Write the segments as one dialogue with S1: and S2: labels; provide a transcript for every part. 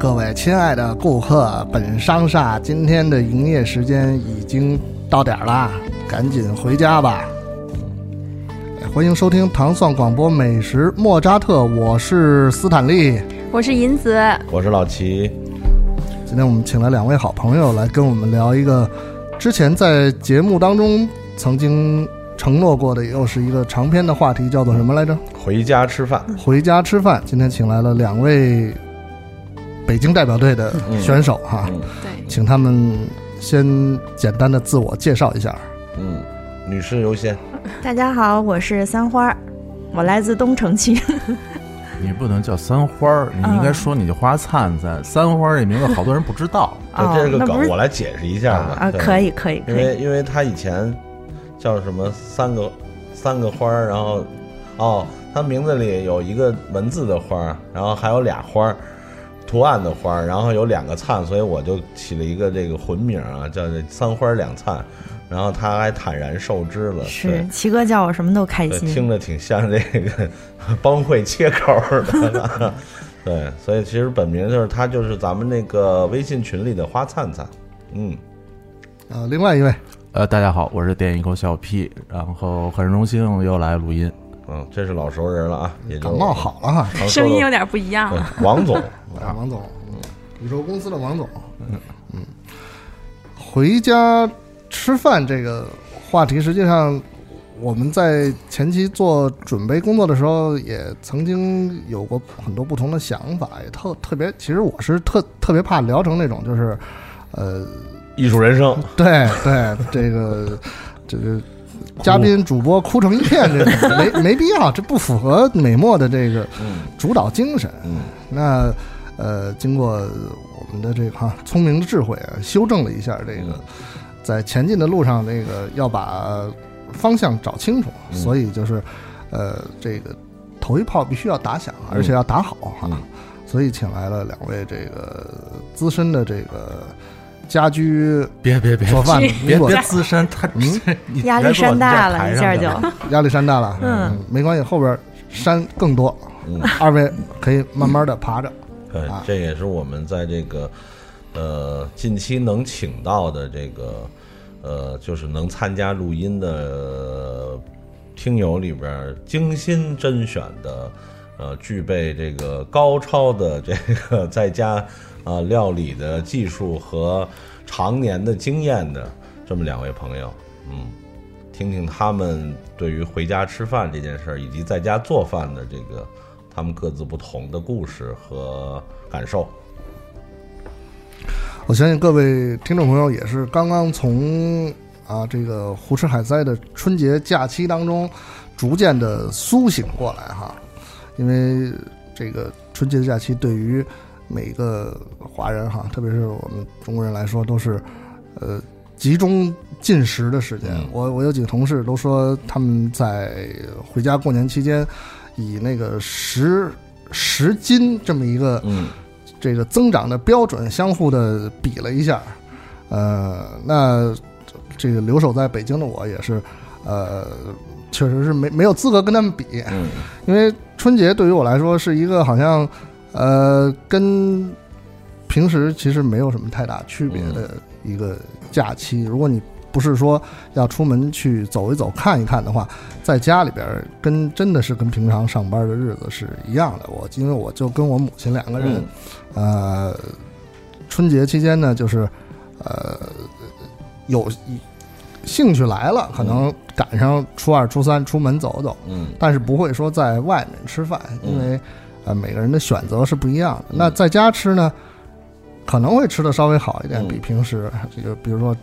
S1: 呃位亲爱的顾客，本商厦今天的营业时间已经到点儿啦，赶紧回家吧。哎欢迎收听糖蒜广播美食莫扎特，我是斯坦利。
S2: 我是银子，
S3: 我是老齐，
S1: 今天我们请来两位好朋友来跟我们聊一个之前在节目当中曾经承诺过的，又是一个长篇的话题，叫做什么来着？
S3: 回家吃饭。
S1: 回家吃饭。今天请来了两位北京代表队的选手哈、
S3: 嗯
S2: 对，
S1: 请他们先简单的自我介绍一下。
S3: 嗯，女士优先。
S4: 大家好，我是三花，我来自东 城区。
S5: 你不能叫三花儿，你应该说你叫花灿灿。三花儿这名字好多人不知道，
S3: 对这是个
S4: 哦那不
S3: 梗，
S4: 是
S3: 我来解释一下吧。
S4: 啊，
S3: 对
S4: 可以，可以，
S3: 因
S4: 可以
S3: 为。因为他以前叫什么三个三个花儿，然后哦，他名字里有一个文字的花儿，然后还有俩花儿，图案的花儿，然后有两个灿，所以我就起了一个这个混名啊，叫这三花两灿，然后他还坦然受之了，
S4: 是
S3: 对。
S4: 齐哥叫我什么都开
S3: 对，
S4: 心
S3: 听。着挺像这个帮会切口儿的。 对，所以其实本名就是他，就是咱们那个微信群里的花灿灿。嗯，
S1: 呃，另外一位，
S5: 呃，大家好，我是电影狗小 P，然后很荣幸又来录音。
S3: 嗯，这是老熟人了啊，也就
S1: 感
S3: 是
S1: 冒好了哈，
S3: 常说
S2: 声
S3: 的
S2: 音有点不一样
S3: 对
S2: 了。
S3: 王总，
S1: 啊王总，宇宙公司的王总。嗯嗯，回家吃饭这个话题，实际上我们在前期做准备工作的时候，也曾经有过很多不同的想法，也特特别。其实我是特特别怕聊成那种就是，呃，
S3: 艺术人生，
S1: 对对，这个这个嘉宾主播哭成一片，这个 没没必要，这不符合美墨的这个
S3: 嗯
S1: 主导精神。
S3: 嗯，
S1: 那呃，经过我们的这个哈、聪明的智慧啊，修正了一下这个
S3: 嗯
S1: 在前进的路上，这个要把方向找清楚，
S3: 嗯
S1: 所以就是呃，这个头一炮必须要打响，而且要打好哈、
S3: 嗯
S1: 所以请来了两位这个资深的这个家居
S5: 别别别
S1: 做饭的
S5: 别
S1: 工作者
S5: 别资深，他 你你
S4: 压力山大了，一下就。
S1: 压力山大了，
S4: 嗯，
S1: 没关系，后边山更多，
S3: 嗯
S1: 二位可以慢慢的爬着。
S3: 对
S1: 啊，
S3: 呃这也是我们在这个呃近期能请到的这个呃，就是能参加录音的、呃听友里边儿精心甄选的，呃，具备这个高超的这个在家啊、呃料理的技术和常年的经验的这么两位朋友，嗯。听听他们对于回家吃饭这件事儿，以及在家做饭的这个他们各自不同的故事和感受。
S1: 我相信各位听众朋友也是刚刚从啊这个胡吃海塞的春节假期当中，逐渐的苏醒过来哈，因为这个春节假期对于每个华人哈，特别是我们中国人来说，都是呃集中进食的时间。
S3: 嗯
S1: 我我有几个同事都说他们在回家过年期间，以那个十十斤这么一个
S3: 嗯
S1: 这个增长的标准相互的比了一下，呃，那这个留守在北京的我也是，呃，确实是没没有资格跟他们比，
S3: 嗯
S1: 因为春节对于我来说是一个好像，呃，跟平时其实没有什么太大区别的一个假期。如果你不是说要出门去走一走、看一看的话，在家里边儿跟真的是跟平常上班的日子是一样的。我因为我就跟我母亲两个人，呃，春节期间呢，就是呃有兴趣来了，可能赶上初二、初三出门走走，
S3: 嗯
S1: 但是不会说在外面吃饭，
S3: 嗯
S1: 因为呃每个人的选择是不一样的。
S3: 嗯
S1: 那在家吃呢，可能会吃的稍微好一点，
S3: 嗯
S1: 比平时就比如说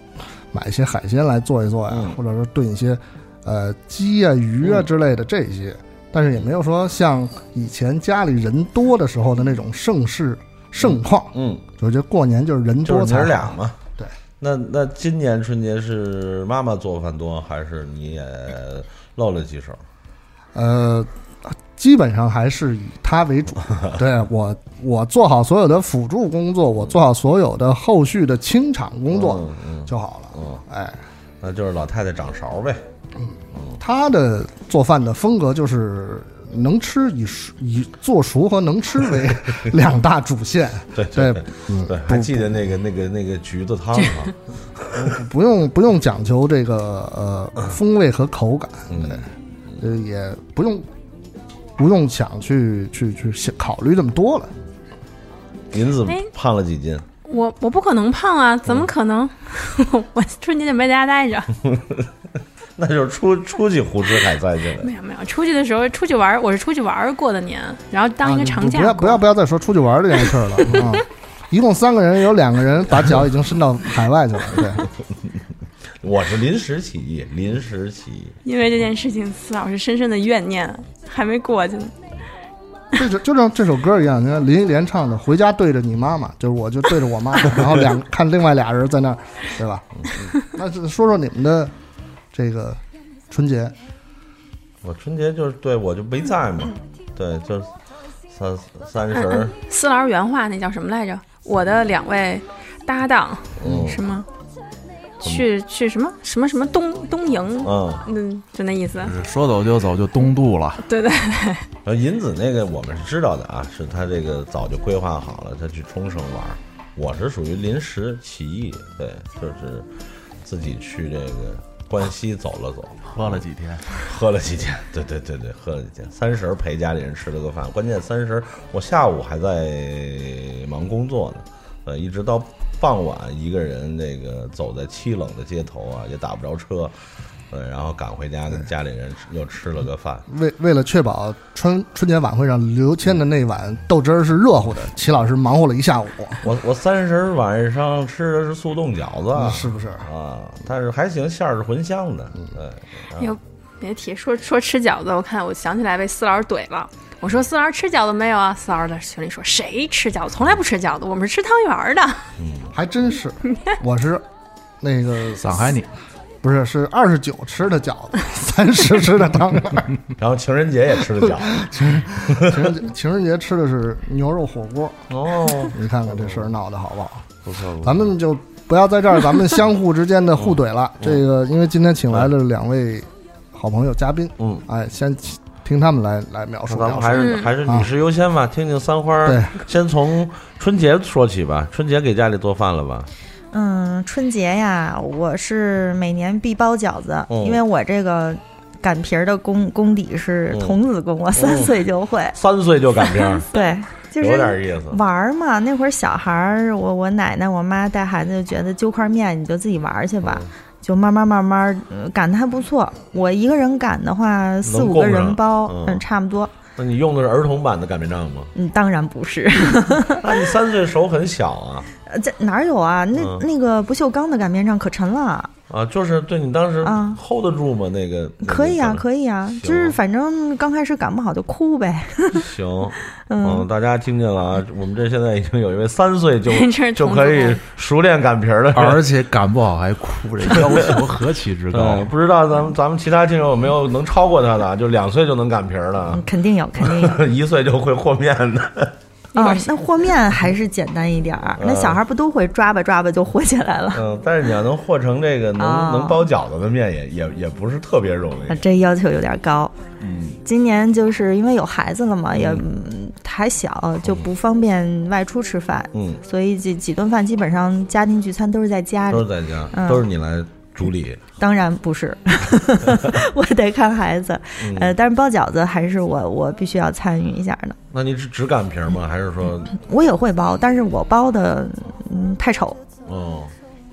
S1: 买一些海鲜来做一做呀、
S3: 嗯
S1: 或者说炖一些呃鸡呀、鱼啊
S3: 嗯
S1: 之类的这些，但是也没有说像以前家里人多的时候的那种盛世盛况。
S3: 嗯，
S1: 我觉得过年就是人
S3: 就是
S1: 多
S3: 你
S1: 才
S3: 儿俩嘛。
S1: 对，
S3: 那那今年春节是妈妈做饭多，还是你也露了几手？
S1: 呃，基本上还是以他为 主。对我，我做好所有的辅助工作，我做好所有的后续的清场工作
S3: 嗯
S1: 就好了。
S3: 嗯，
S1: 哎，
S3: 那就是老太太掌勺呗。
S1: 他的做饭的风格就是能吃以熟以做熟和能吃 为两大主线。
S3: 对
S1: 对
S3: 对，对，还记得那个那个那个橘子汤吗？
S1: 不用不用讲究这个呃风味和口感，
S3: 嗯，
S1: 呃也不用不用想去去去想考虑这么多了。
S3: 银子
S2: 哎
S3: 胖了几斤？
S2: 我我不可能胖啊，怎么可能？ 我春节就没在家待着，
S3: 那就是出出去胡吃海塞去了。
S2: 没有没有，出去的时候出去玩儿，我是出去玩儿过的年，然后当一个
S1: 啊
S2: 长假、
S1: 不不要不要不要再说出去玩这件事儿了 啊！一共三个人，有两个人把脚已经伸到海外去了。 对，
S3: 我是临时起意，临时起意。
S2: 因为这件事情，司老师深深的怨念还没过去呢。
S1: 这首就像这首歌一样，你看林忆莲唱的《回家对着你妈妈》，就是我就对着我妈，然后两看另外俩人在那儿，对吧？嗯那是说说你们的这个春节，
S3: 我春节就是对我就没在嘛，对，就是三三十儿，
S2: 司老师原话那叫什么来着？我的两位搭档，
S3: 嗯
S2: 什么？去去什么什么什么东东营，
S3: 嗯，
S2: 嗯，就那意思。
S5: 说走就走就东渡了，
S2: 对对，
S3: 然后银子那个我们是知道的啊，是他这个早就规划好了，他去冲绳玩儿。我是属于临时起意，对，就是自己去这个关西走了走，
S5: 喝了几 天，
S3: 喝了几天， 对对对对，喝了几天。三十儿陪家里人吃了个饭，关键三十儿我下午还在忙工作呢，呃，一直到傍晚一个人那个走在凄冷的街头啊，也打不着车，呃，然后赶回家跟家里人吃又吃了个饭，
S1: 为为了确保春春节晚会上刘谦的那碗豆汁儿是热乎的，齐老师忙活了一下午，
S3: 我我三十儿晚上吃的是速冻饺子，
S1: 是不是？
S3: 啊，但是还行，馅儿是茴香的，对，
S2: 哟，别提说说吃饺子，我看我想起来被司老师怼了。我说司老师吃饺子没有啊？司老师在群里说谁吃饺子？从来不吃饺子，我们是吃汤圆儿的。
S1: 还真是，我是那个
S5: 上海你
S1: 不是是二十九吃的饺子， 三十吃的汤圆儿。
S3: 然后情人节也吃了饺子，
S1: 情人节情人节吃的是牛肉火锅，
S3: 哦，
S1: 你看看这事儿闹得好不好？
S3: 不错不错，
S1: 咱们就不要在这儿，咱们相互之间的互怼
S3: 嗯
S1: 了。这个，因为今天请来了两位好朋友嘉宾，
S3: 嗯，
S1: 哎，先听他们来来描述
S3: 那咱
S1: 描述
S3: 们还。是
S2: 嗯
S3: 还是女士优先吧，听听三花儿
S1: 对，
S3: 先从春节说起吧。春节给家里做饭了吧？
S4: 嗯，春节呀，我是每年必包饺子，
S3: 嗯
S4: 因为我这个擀皮儿的功功底是
S3: 嗯
S4: 童子功，我三岁就会。
S3: 三岁就擀面儿，
S4: 对，就
S3: 哦 有点
S4: 是
S3: 意思。
S4: 玩儿嘛。那会儿小孩儿，我我奶奶我妈带孩子就觉得揪块面你就自己玩儿去吧，
S3: 哦
S4: 就慢慢慢慢呃擀的还不错。我一个人擀的话，四五个
S3: 供上
S4: 人包，
S3: 嗯
S4: 嗯，差不多。
S3: 那你用的是儿童版的擀面杖吗？
S4: 嗯，当然不是。
S3: 那你三岁手很小啊
S4: 呃，这哪儿有啊？那、
S3: 嗯
S4: 那个不锈钢的擀面杖可沉了，
S3: 啊！就是对你当时
S4: 啊
S3: hold 得住吗？那个
S4: 可以啊，可以啊，
S3: 行
S4: 就是反正刚开始擀不好就哭呗。
S3: 以行。嗯，
S4: 嗯，
S3: 大家听见了啊！我们这现在已经有一位三岁 就
S2: 这是
S3: 就
S2: 童
S3: 可
S2: 子
S3: 以
S2: 功
S3: 熟练擀皮儿的人。
S5: 而且赶不好还哭，这要求何其之高
S3: 嗯对，！不知道咱们咱们其他听友有没有能超过他的啊？就两岁就能擀皮儿的啊
S4: 嗯，肯定有，肯定 有。
S3: 一岁就会和面 的。
S4: 啊、那和面还是简单一点儿，那小孩不都会抓吧抓吧就和起来了？
S3: 嗯，但是你要能和成这个能、
S4: 啊
S3: 能包饺子的面也，也也不是特别容易
S4: 啊，。这要求有点高。嗯，今年就是因为有孩子了嘛，也嗯还小，就不方便外出吃饭，
S3: 嗯，
S4: 所以几几顿饭基本上家庭聚餐都是在家
S3: 都是
S4: 里。
S3: 在家，
S4: 嗯
S3: 都是你来主理。
S4: 当然不是，我得看孩子。呃，但是包饺子还是我我必须要参与一下的。
S3: 那你只只擀皮儿
S4: 嗯
S3: 吗？还是说，
S4: 我也会包，但是我包的嗯太丑。
S3: 哦，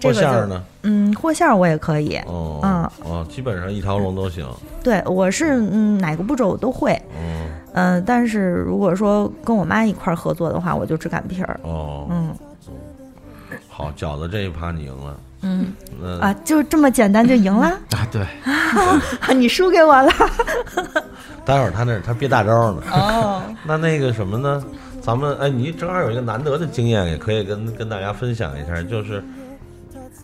S4: 这
S3: 和
S4: 个就
S3: 馅儿呢？
S4: 嗯，和馅儿我也可以。
S3: 哦，
S4: 嗯
S3: 哦，基本上一条龙都行。
S4: 对，我是嗯哪个步骤我都会。
S3: 嗯，
S4: 嗯、但是如果说跟我妈一块儿合作的话，我就只擀皮儿。
S3: 哦，
S4: 嗯
S3: 好，饺子这一趴你赢了。
S4: 嗯
S3: 那、
S4: 啊，就这么简单就赢了？ 啊
S5: 啊，对，
S4: 你输给我了。
S3: 待会儿他那他憋大招呢。
S4: 哦，
S3: 那那个什么呢？咱们哎，你正好有一个难得的经验，也可以跟跟大家分享一下，就是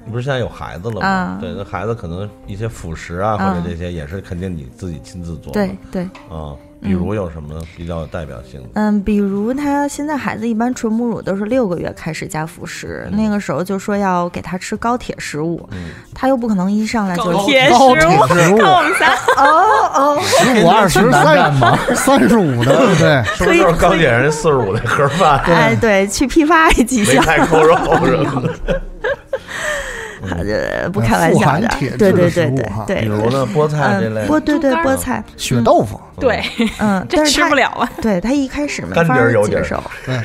S3: 你不是现在有孩子了吗？
S4: 啊
S3: 对，那孩子可能一些辅食啊，
S4: 啊
S3: 或者这些也是肯定你自己亲自做的。
S4: 对嗯对，
S3: 啊，比如有什么比较有代表性的？
S4: 嗯，比如他现在孩子一般纯母乳都是六个月开始加辅食，那个时候就说要给他吃高铁食物，
S3: 嗯，
S4: 他又不可能一上来就哦
S2: 高铁
S1: 高
S2: 食物，
S1: 铁食物
S2: 跟 我们仨
S1: 十五、二十、三十、三十五的，对，
S3: 是不是就是钢铁人四十五那盒饭，
S4: 哎对，去批发几
S3: 梅
S4: 箱，
S3: 菜扣肉什么的？
S4: 呃，不开玩
S1: 富
S4: 笑
S1: 含
S4: 的
S1: 铁质，
S4: 对对
S1: 的食
S4: 对
S1: 物
S4: 对
S1: 哈
S3: 比
S4: 对，
S3: 如呢，菠菜这
S4: 嗯，
S3: 类
S4: 菠对对
S2: 猪肝儿
S4: 菠 菜，
S1: 血豆腐，
S2: 对，
S4: 嗯，
S2: 这
S4: 但是
S2: 吃
S4: 他
S2: 不了啊。
S4: 对他一开始没
S3: 干
S4: 法
S3: 碟儿
S4: 儿
S3: 有底
S4: 接
S3: 儿
S4: 受，
S5: 对，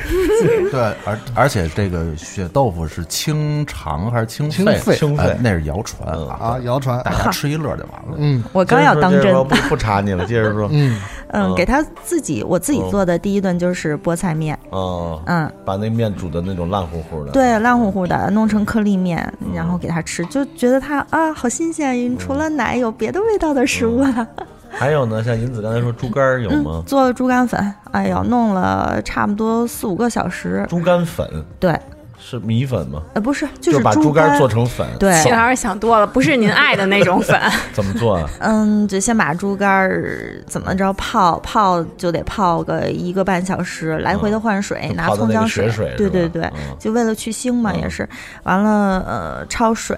S5: 而而且这个血豆腐是清肠还是清
S1: 清
S5: 肺？
S1: 肺
S3: 清
S5: 哎
S3: 肺。
S5: 那是谣传啊
S1: 啊，，谣传，
S5: 大家吃一乐就完了。
S1: 嗯
S4: 我刚要当
S3: 接着
S4: 真
S3: 说，不不查你了，接着 说。
S1: 嗯，
S4: 嗯，
S3: 嗯
S4: 给他自己我自己
S3: 嗯
S4: 做的第一顿就是菠菜面，
S3: 哦，
S4: 嗯，
S3: 把那面煮的那种烂乎乎的。嗯
S4: 对，烂乎乎的，弄成颗粒面，然后给他吃，就觉得他啊，好新鲜，除
S3: 嗯
S4: 了奶有别的味道的食物了。嗯
S3: 还有呢，像银子刚才说猪肝儿有吗？
S4: 做猪肝粉，哎呦，弄了差不多四五个小时，
S3: 猪肝粉
S4: 对，
S3: 是米粉吗？
S4: 呃，不是，就是
S3: 把
S4: 猪
S3: 猪肝
S4: 肝
S3: 儿做成粉，
S4: 对
S2: 秦老师想多了，不是您爱的那种粉，
S3: 怎么做啊？
S4: 嗯，就先把猪肝儿怎么着泡泡，就得泡个一个半小时，来回的换水，
S3: 嗯就
S4: 拿
S3: 泡到
S4: 葱
S3: 那个
S4: 姜
S3: 血水是
S4: 对对
S3: 吧
S4: 对，
S3: 嗯
S4: 就为了去腥嘛，也
S3: 嗯
S4: 是。完了，呃，焯水，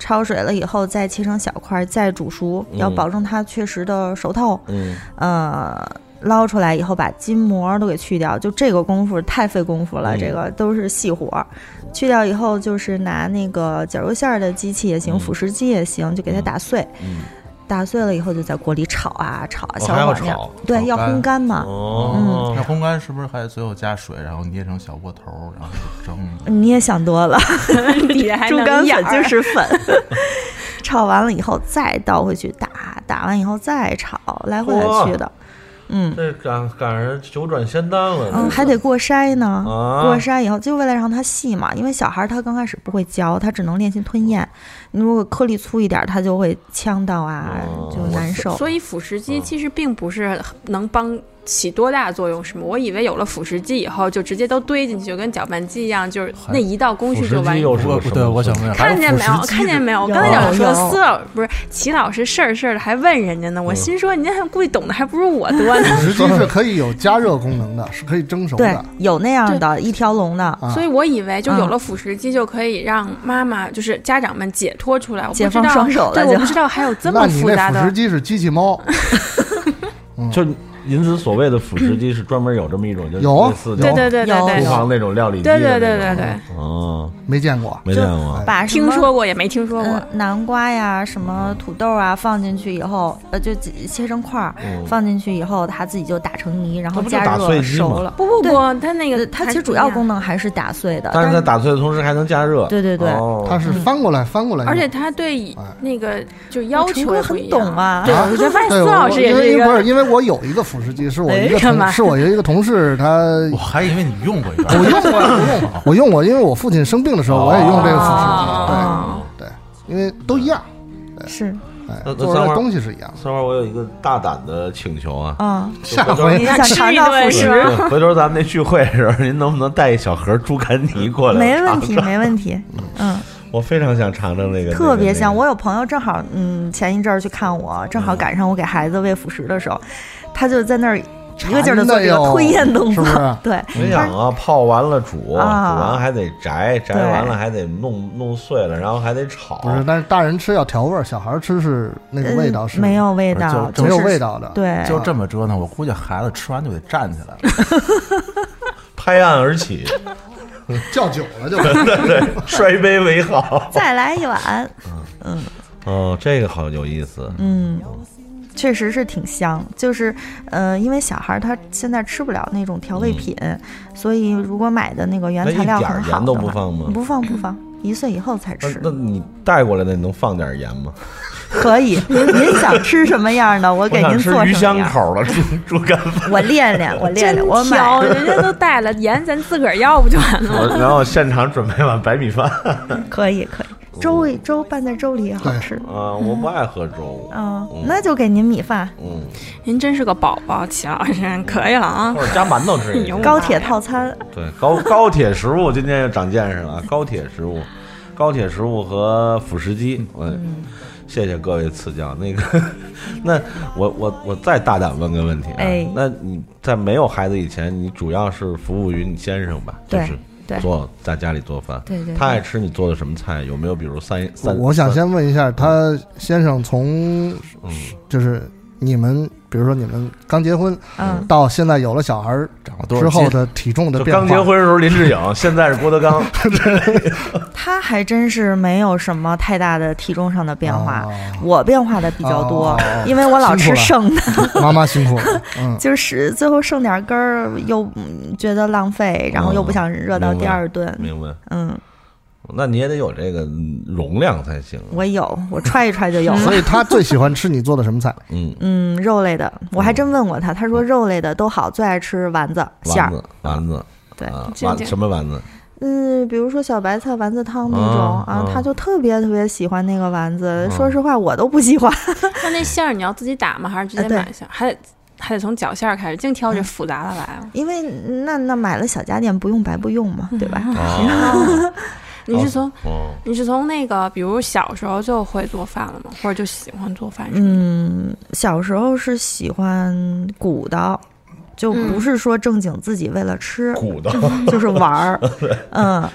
S4: 焯水了以后再切成小块儿，再煮熟，要
S3: 嗯
S4: 保证它确实的熟透。
S3: 嗯，
S4: 呃，捞出来以后把筋膜都给去掉，就这个功夫太费功夫了，
S3: 嗯
S4: 这个都是细活儿。去掉以后，就是拿那个绞肉馅儿的机器也行，
S3: 嗯
S4: 辅食机也行，就给它
S3: 嗯
S4: 打碎。
S3: 嗯
S4: 打碎了以后就在锅里炒啊炒啊，
S3: 哦
S4: 小
S3: 还要
S4: 火
S3: 炒
S4: 量，对，
S5: 炒
S4: 要
S5: 干
S4: 烘干嘛。
S3: 哦
S5: 那，烘干是不是还最后加水，然后捏成小窝头，然后就蒸？
S4: 你也想多了，
S2: 底 下还
S4: 猪
S2: 弄
S4: 肝
S2: 眼
S4: 粉
S2: 儿
S4: 就是 粉。炒完了以后再倒回去打，打完以后再炒，来回来去的。嗯
S3: 这赶赶上九转仙丹了，这
S4: 嗯，
S3: 是
S4: 还得过筛呢。
S3: 啊
S4: 过筛以后，就为了让它细嘛，因为小孩儿他刚开始不会嚼，他只能练习吞咽。你如果颗粒粗一点儿，他就会呛到啊，
S3: 哦
S4: 就难受。
S2: 所以辅食机其实并不是能帮起多大作用，是吗？我以为有了辅食机以后，就直接都堆进去，就跟搅拌机一样，就是那一道工序就
S3: 辅食
S2: 完
S3: 机。又是
S5: 我
S3: 什么
S5: 对，我想
S1: 啊
S5: 问，
S2: 看见没有？哦看见没有？我刚才想
S4: 有
S2: 说，
S4: 有
S2: 司老不是齐老师事儿事儿的还问人家呢，
S1: 嗯
S2: 我心说您还估计懂得还不如我多呢。
S1: 实际是可以有加热功能的，是可以蒸熟
S4: 对
S1: 的，，
S4: 有那样的一条龙的，
S1: 啊
S2: 所以我以为就有了辅食机就可以让妈妈就是家长们解脱出来，我不知
S4: 解
S2: 道
S4: 放双手
S2: 对，
S4: 了
S2: 我
S4: 就
S2: 不。知道还有 这
S1: 那
S2: 么
S1: 你
S2: 复
S1: 那
S2: 杂
S1: 辅食
S2: 的。
S1: 机是机器猫，
S3: 就银子所谓的辅食机是专门有这么 一种，就是
S1: 有
S3: 类似
S1: 有
S2: 对对对对
S4: 有
S2: 对
S3: 厨房那种料理机的
S2: 对
S3: 那
S2: 对
S3: 种，
S2: 对对对，
S3: 哦，
S1: 没见过，
S3: 没见过，
S4: 把什
S2: 听
S4: 么
S2: 说过也没听说过
S4: 嗯。，南瓜呀，什么土豆啊，放进去以后，呃，就几切成块儿，
S3: 嗯
S4: 放进去以后，它自己就打成泥，然后
S3: 那不就
S4: 加
S3: 打碎
S4: 热
S3: 机吗
S4: 熟了。
S2: 不不
S4: 对
S2: 不，它那个
S4: 呃它其实主要功能还是打碎的，
S3: 但是
S4: 是
S3: 在打碎的同时还能加热，
S4: 对对对
S3: 哦
S1: 它是翻过来翻过来用，
S2: 嗯而且他对
S1: 哎
S2: 那个就
S4: 哦
S2: 要求
S4: 陈坤
S2: 也不一
S4: 很
S2: 样
S4: 懂。啊，
S2: 对，我觉得发现
S1: 对，
S2: 司
S1: 我
S2: 老师也
S1: 因为
S2: 是一
S1: 因为不
S2: 个
S1: 是因为我有一个辅食机，是我一个
S2: 哎干嘛
S1: 同是我有一个同事，他
S5: 我还以为你用过一
S1: 我
S5: 段，
S1: 用过，我用过，我用过，因为我父亲生病的时候，我也用这个辅食
S2: 哦
S1: 机，对对，因为都一样，
S4: 是
S1: 哎
S3: 那，那
S1: 做出
S3: 三花
S1: 来东西是一样的。
S3: 三花，我有一个大胆的请求啊，
S4: 啊，
S1: 下回
S4: 你想
S2: 吃
S4: 尝
S2: 一
S4: 尝
S2: 顿
S4: 辅
S2: 是
S4: 食
S2: 吧？
S3: 对回头咱们那聚会的时候，您能不能带一小盒猪肝泥过 来？
S4: 嗯没
S3: 我尝
S4: 问题，没问题，嗯，
S3: 我非常想尝尝那个，
S4: 特别
S3: 像
S4: 香。我有朋友正好，嗯，前一阵儿去看我，正好赶上我给孩子喂辅食的时候，他就在那儿一个劲儿的做
S1: 馋的
S4: 这个
S1: 哟
S4: 推咽动
S1: 是
S4: 作
S1: 不是，
S4: 对，
S3: 你想啊，泡完了煮，煮
S4: 啊
S3: 完还得摘，摘完
S4: 对
S3: 了还得弄弄碎了，然后还得炒。
S1: 不是，但是大人吃要调味儿，小孩儿吃是那个味道是
S4: 嗯没有味
S5: 就
S4: 道，
S5: 就
S1: 没有
S4: 是
S1: 味，道的。，
S4: 对，
S5: 就这么折腾，我估计孩子吃完就得站起 来了。
S3: 拍案而 起，
S1: 叫久了就。
S3: 摔杯为好。
S4: 再来一碗，
S3: 哦，这个好有意思。
S4: 嗯，确实是挺香。就是，呃，因为小孩儿他现在吃不了那种调味品，所以如果买的那个原
S3: 嗯那
S4: 材
S3: 一
S4: 料
S3: 点儿
S4: 很
S3: 盐
S4: 好的
S3: 都
S4: 嘛
S3: 不放吗
S4: 不放不放，一岁以后才
S3: 那
S4: 吃，
S3: 那你带过来的，你能放点盐吗？
S4: 可 以。您您想吃什么样的，我
S3: 我
S4: 给
S3: 想
S4: 您
S3: 吃
S4: 做
S3: 鱼
S4: 什么
S3: 香
S4: 样。
S3: 口了，猪猪 肝饭。
S4: 我练练，我练练，我
S2: 真
S4: 买
S2: 挑， 人家都带了盐，咱自个儿要不就完了？
S3: 我然后现场准备碗白米饭。
S4: 可以可以。粥
S3: 哦
S4: 粥拌在粥里也好
S1: 对
S4: 吃。
S3: 啊，我不爱喝粥。
S4: 嗯，那就给您米饭，
S3: 嗯，
S2: 您真是个宝宝，齐老师，可以了啊
S3: 或！者加馒头吃也行。
S4: 高铁套餐。
S3: 对高高铁食物今天又长见识了啊，高铁食物。高铁食物和辅食鸡。我、
S4: 嗯，
S3: 谢谢各位赐教。那个， 那我我我再大胆问个问题、啊，
S4: 哎
S3: 那你在没有孩子以前，你主要是服务于你先生吧？就
S4: 对
S3: 是
S4: 对
S3: 做在家里做饭。
S4: 对对，
S3: 他
S4: 对
S3: 爱吃你做的什么菜？有没有比如三
S1: 我
S3: 三？
S1: 我想
S3: 三，
S1: 先问一下，他先生从
S3: 嗯，
S1: 就是你们，比如说你们刚结婚
S4: 嗯，
S1: 到现在有了小孩儿
S5: 长了多少
S1: 之后
S5: 斤
S1: 的体重的
S3: 就
S1: 变化，
S3: 刚结婚的时候林志颖，现在是郭德 纲。
S4: 他还真是没有什么太大的体重上的变化。
S1: 啊
S4: 我变化的比较多
S1: 哦，
S4: 因为我
S1: 辛
S4: 老
S1: 苦
S4: 吃
S1: 了
S4: 剩的，
S1: 妈妈辛苦 了，嗯，
S4: 就是最后剩点根儿，又嗯觉得浪费，然后又不想热到
S3: 明白
S4: 第二
S1: 哦
S4: 顿。
S3: 明白？
S4: 嗯，
S3: 那你也得有这个容量才行。
S4: 我有，我揣一揣就有了
S1: 所。以他最喜欢吃你做的什么菜？
S3: 嗯，
S4: 嗯，肉类的，我还真问过他，他说肉类的都好，最爱吃丸子馅
S3: 丸
S4: 儿。
S3: 子，丸子，
S4: 对
S3: 啊
S2: 这
S3: 丸
S2: 这
S3: 什么丸子？
S4: 嗯，比如说小白菜丸子汤那种
S3: 啊
S4: 啊
S3: 啊，
S4: 他就特别特别喜欢那个丸
S1: 啊
S4: 子。
S3: 嗯
S4: 说实话，我都不喜欢。
S2: 那那馅儿你要自己打吗？还是直接
S4: 啊对
S2: 买馅儿？还得还得从绞馅儿开始，净挑这复杂的来啊。
S4: 因为那那买了小家电不用白不用嘛，对吧？
S2: 嗯
S3: 哦，
S2: 啊 你是从
S3: 哦，
S2: 你是从那个，比如小时候就会做饭了吗？或者就喜欢做饭？嗯，
S4: 嗯，小时候是喜欢鼓捣，就
S2: 嗯
S4: 不是说正经自己为了吃，
S3: 鼓的，
S4: 就是玩儿。嗯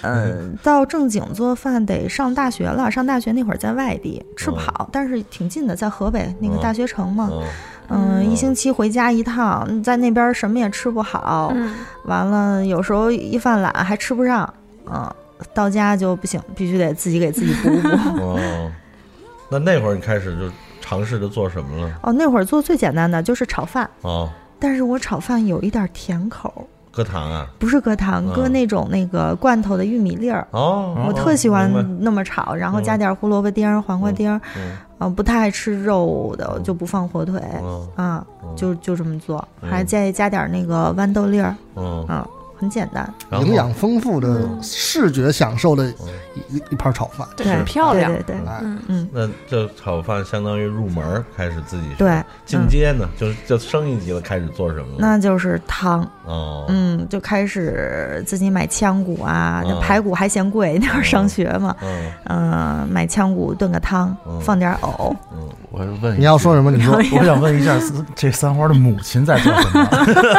S4: 嗯，到正经做饭得上大学了，上大学那会儿在外地吃不好，但是挺近的，在河北那个
S3: 嗯
S4: 大学城嘛。
S3: 嗯
S4: 嗯，
S3: 嗯
S4: 一星期回家一趟，在那边什么也吃不好，
S2: 嗯
S4: 完了有时候一犯懒还吃不上，嗯，到家就不行，必须得自己给自己补补。
S3: 哦，那那会儿你开始就尝试着做什么了？
S4: 哦，那会儿做最简单的就是炒饭，
S3: 哦，
S4: 但是我炒饭有一点甜口，
S3: 搁糖啊？
S4: 不是搁糖，
S3: 嗯
S4: 搁那种那个罐头的玉米粒儿。
S3: 哦，
S4: 我特喜欢
S3: 明白
S4: 那么炒，然后加
S3: 嗯
S4: 点胡萝卜丁儿、黄瓜丁儿，
S3: 嗯
S4: 啊，不太爱吃肉的
S3: 嗯
S4: 就不放火腿，
S3: 嗯
S4: 啊，
S3: 嗯
S4: 就就这么做，
S3: 嗯
S4: 还建议加点那个豌豆粒儿，
S3: 嗯，
S4: 啊，很简单，
S3: 然后
S1: 营养丰富的视觉享受的
S3: 嗯
S1: 一一盘炒饭，
S2: 对，很漂亮。
S4: 对对对，
S1: 哎，
S2: 嗯，
S4: 嗯，
S3: 那这炒饭相当于入门儿，开始自己学
S4: 对。
S3: 进阶呢，就是就升一级了，开始做什么了？
S4: 那就是汤，
S3: 哦，
S4: 嗯，就开始自己买腔骨啊，那
S3: 嗯
S4: 排骨还嫌贵，那会儿上学嘛，
S3: 嗯
S4: 嗯，买腔骨炖个汤
S3: 嗯，
S4: 放点藕。
S3: 嗯，
S5: 我问
S1: 你要说
S5: 么？
S1: 什么？你说
S5: 我想问一下，这三花的母亲在做什么？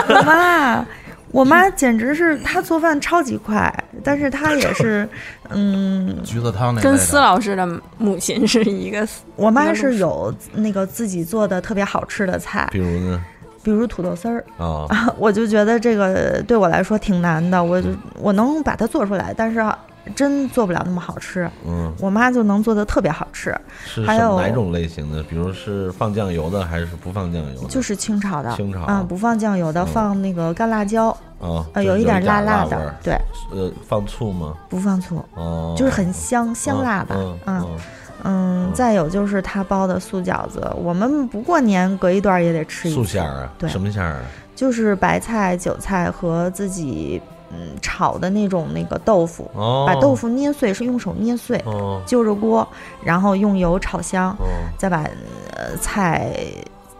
S4: 我妈，我妈简直是她做饭超级快，但是她也是，嗯，
S5: 橘子汤那类的
S2: 跟司老师的母亲是一个思，
S4: 我妈是有那个自己做的特别好吃的菜，
S3: 比如呢？
S4: 比如土豆丝儿，
S3: 啊，
S4: 我就觉得这个对我来说挺难的，我就我能把它做出来，但是啊真做不了那么好吃。
S3: 嗯，
S4: 我妈就能做的特别好吃，
S3: 是
S4: 还
S3: 什么
S4: 有
S3: 哪种类型的？比如是放酱油的，还是不放酱油的？
S4: 就是清炒的，
S3: 清炒
S4: 啊、不放酱油的，
S3: 嗯
S4: 放那个干辣椒，
S3: 啊，
S4: 呃，
S3: 就
S4: 有
S3: 有
S4: 一点辣
S3: 辣味
S4: 的
S3: 儿，，
S4: 对，
S3: 呃，放醋吗？
S4: 不放醋，
S3: 哦，
S4: 就是很香香
S3: 嗯
S4: 辣吧，
S3: 嗯
S4: 嗯
S3: 嗯
S4: 嗯，
S3: 嗯
S4: 再有就是他包的素饺子，我们不过年隔一段儿也得吃一
S3: 素
S4: 次，
S3: 馅儿啊，
S4: 对
S3: 什么馅儿啊？
S4: 就是白菜、韭菜和自己嗯炒的那种那个豆腐，
S3: 哦，
S4: 把豆，腐捏碎，是用手捏碎，
S3: 哦
S4: 就着锅，然后用油炒香，
S3: 哦，
S4: 再把呃菜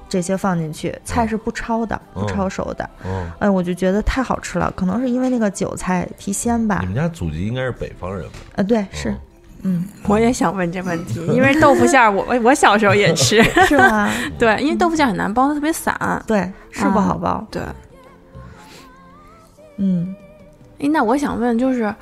S4: 这些放进去，菜是不焯的，不
S3: 嗯
S4: 焯熟的，
S3: 哦，
S4: 哎，我就觉得太好吃了，可能是因为那个韭菜提鲜吧
S3: 你，们家祖籍应该是北方人吧？
S4: 呃，对，啊是
S3: 嗯哦，
S4: 嗯，
S2: 我也想问这问题，因为豆腐馅儿我我我小时候也 吃，
S4: 是吗？
S2: 对，因为豆腐馅儿很难包，它特别散。
S4: 对，是不好包，
S2: 对，
S4: 嗯
S2: 哎，那我想问就是，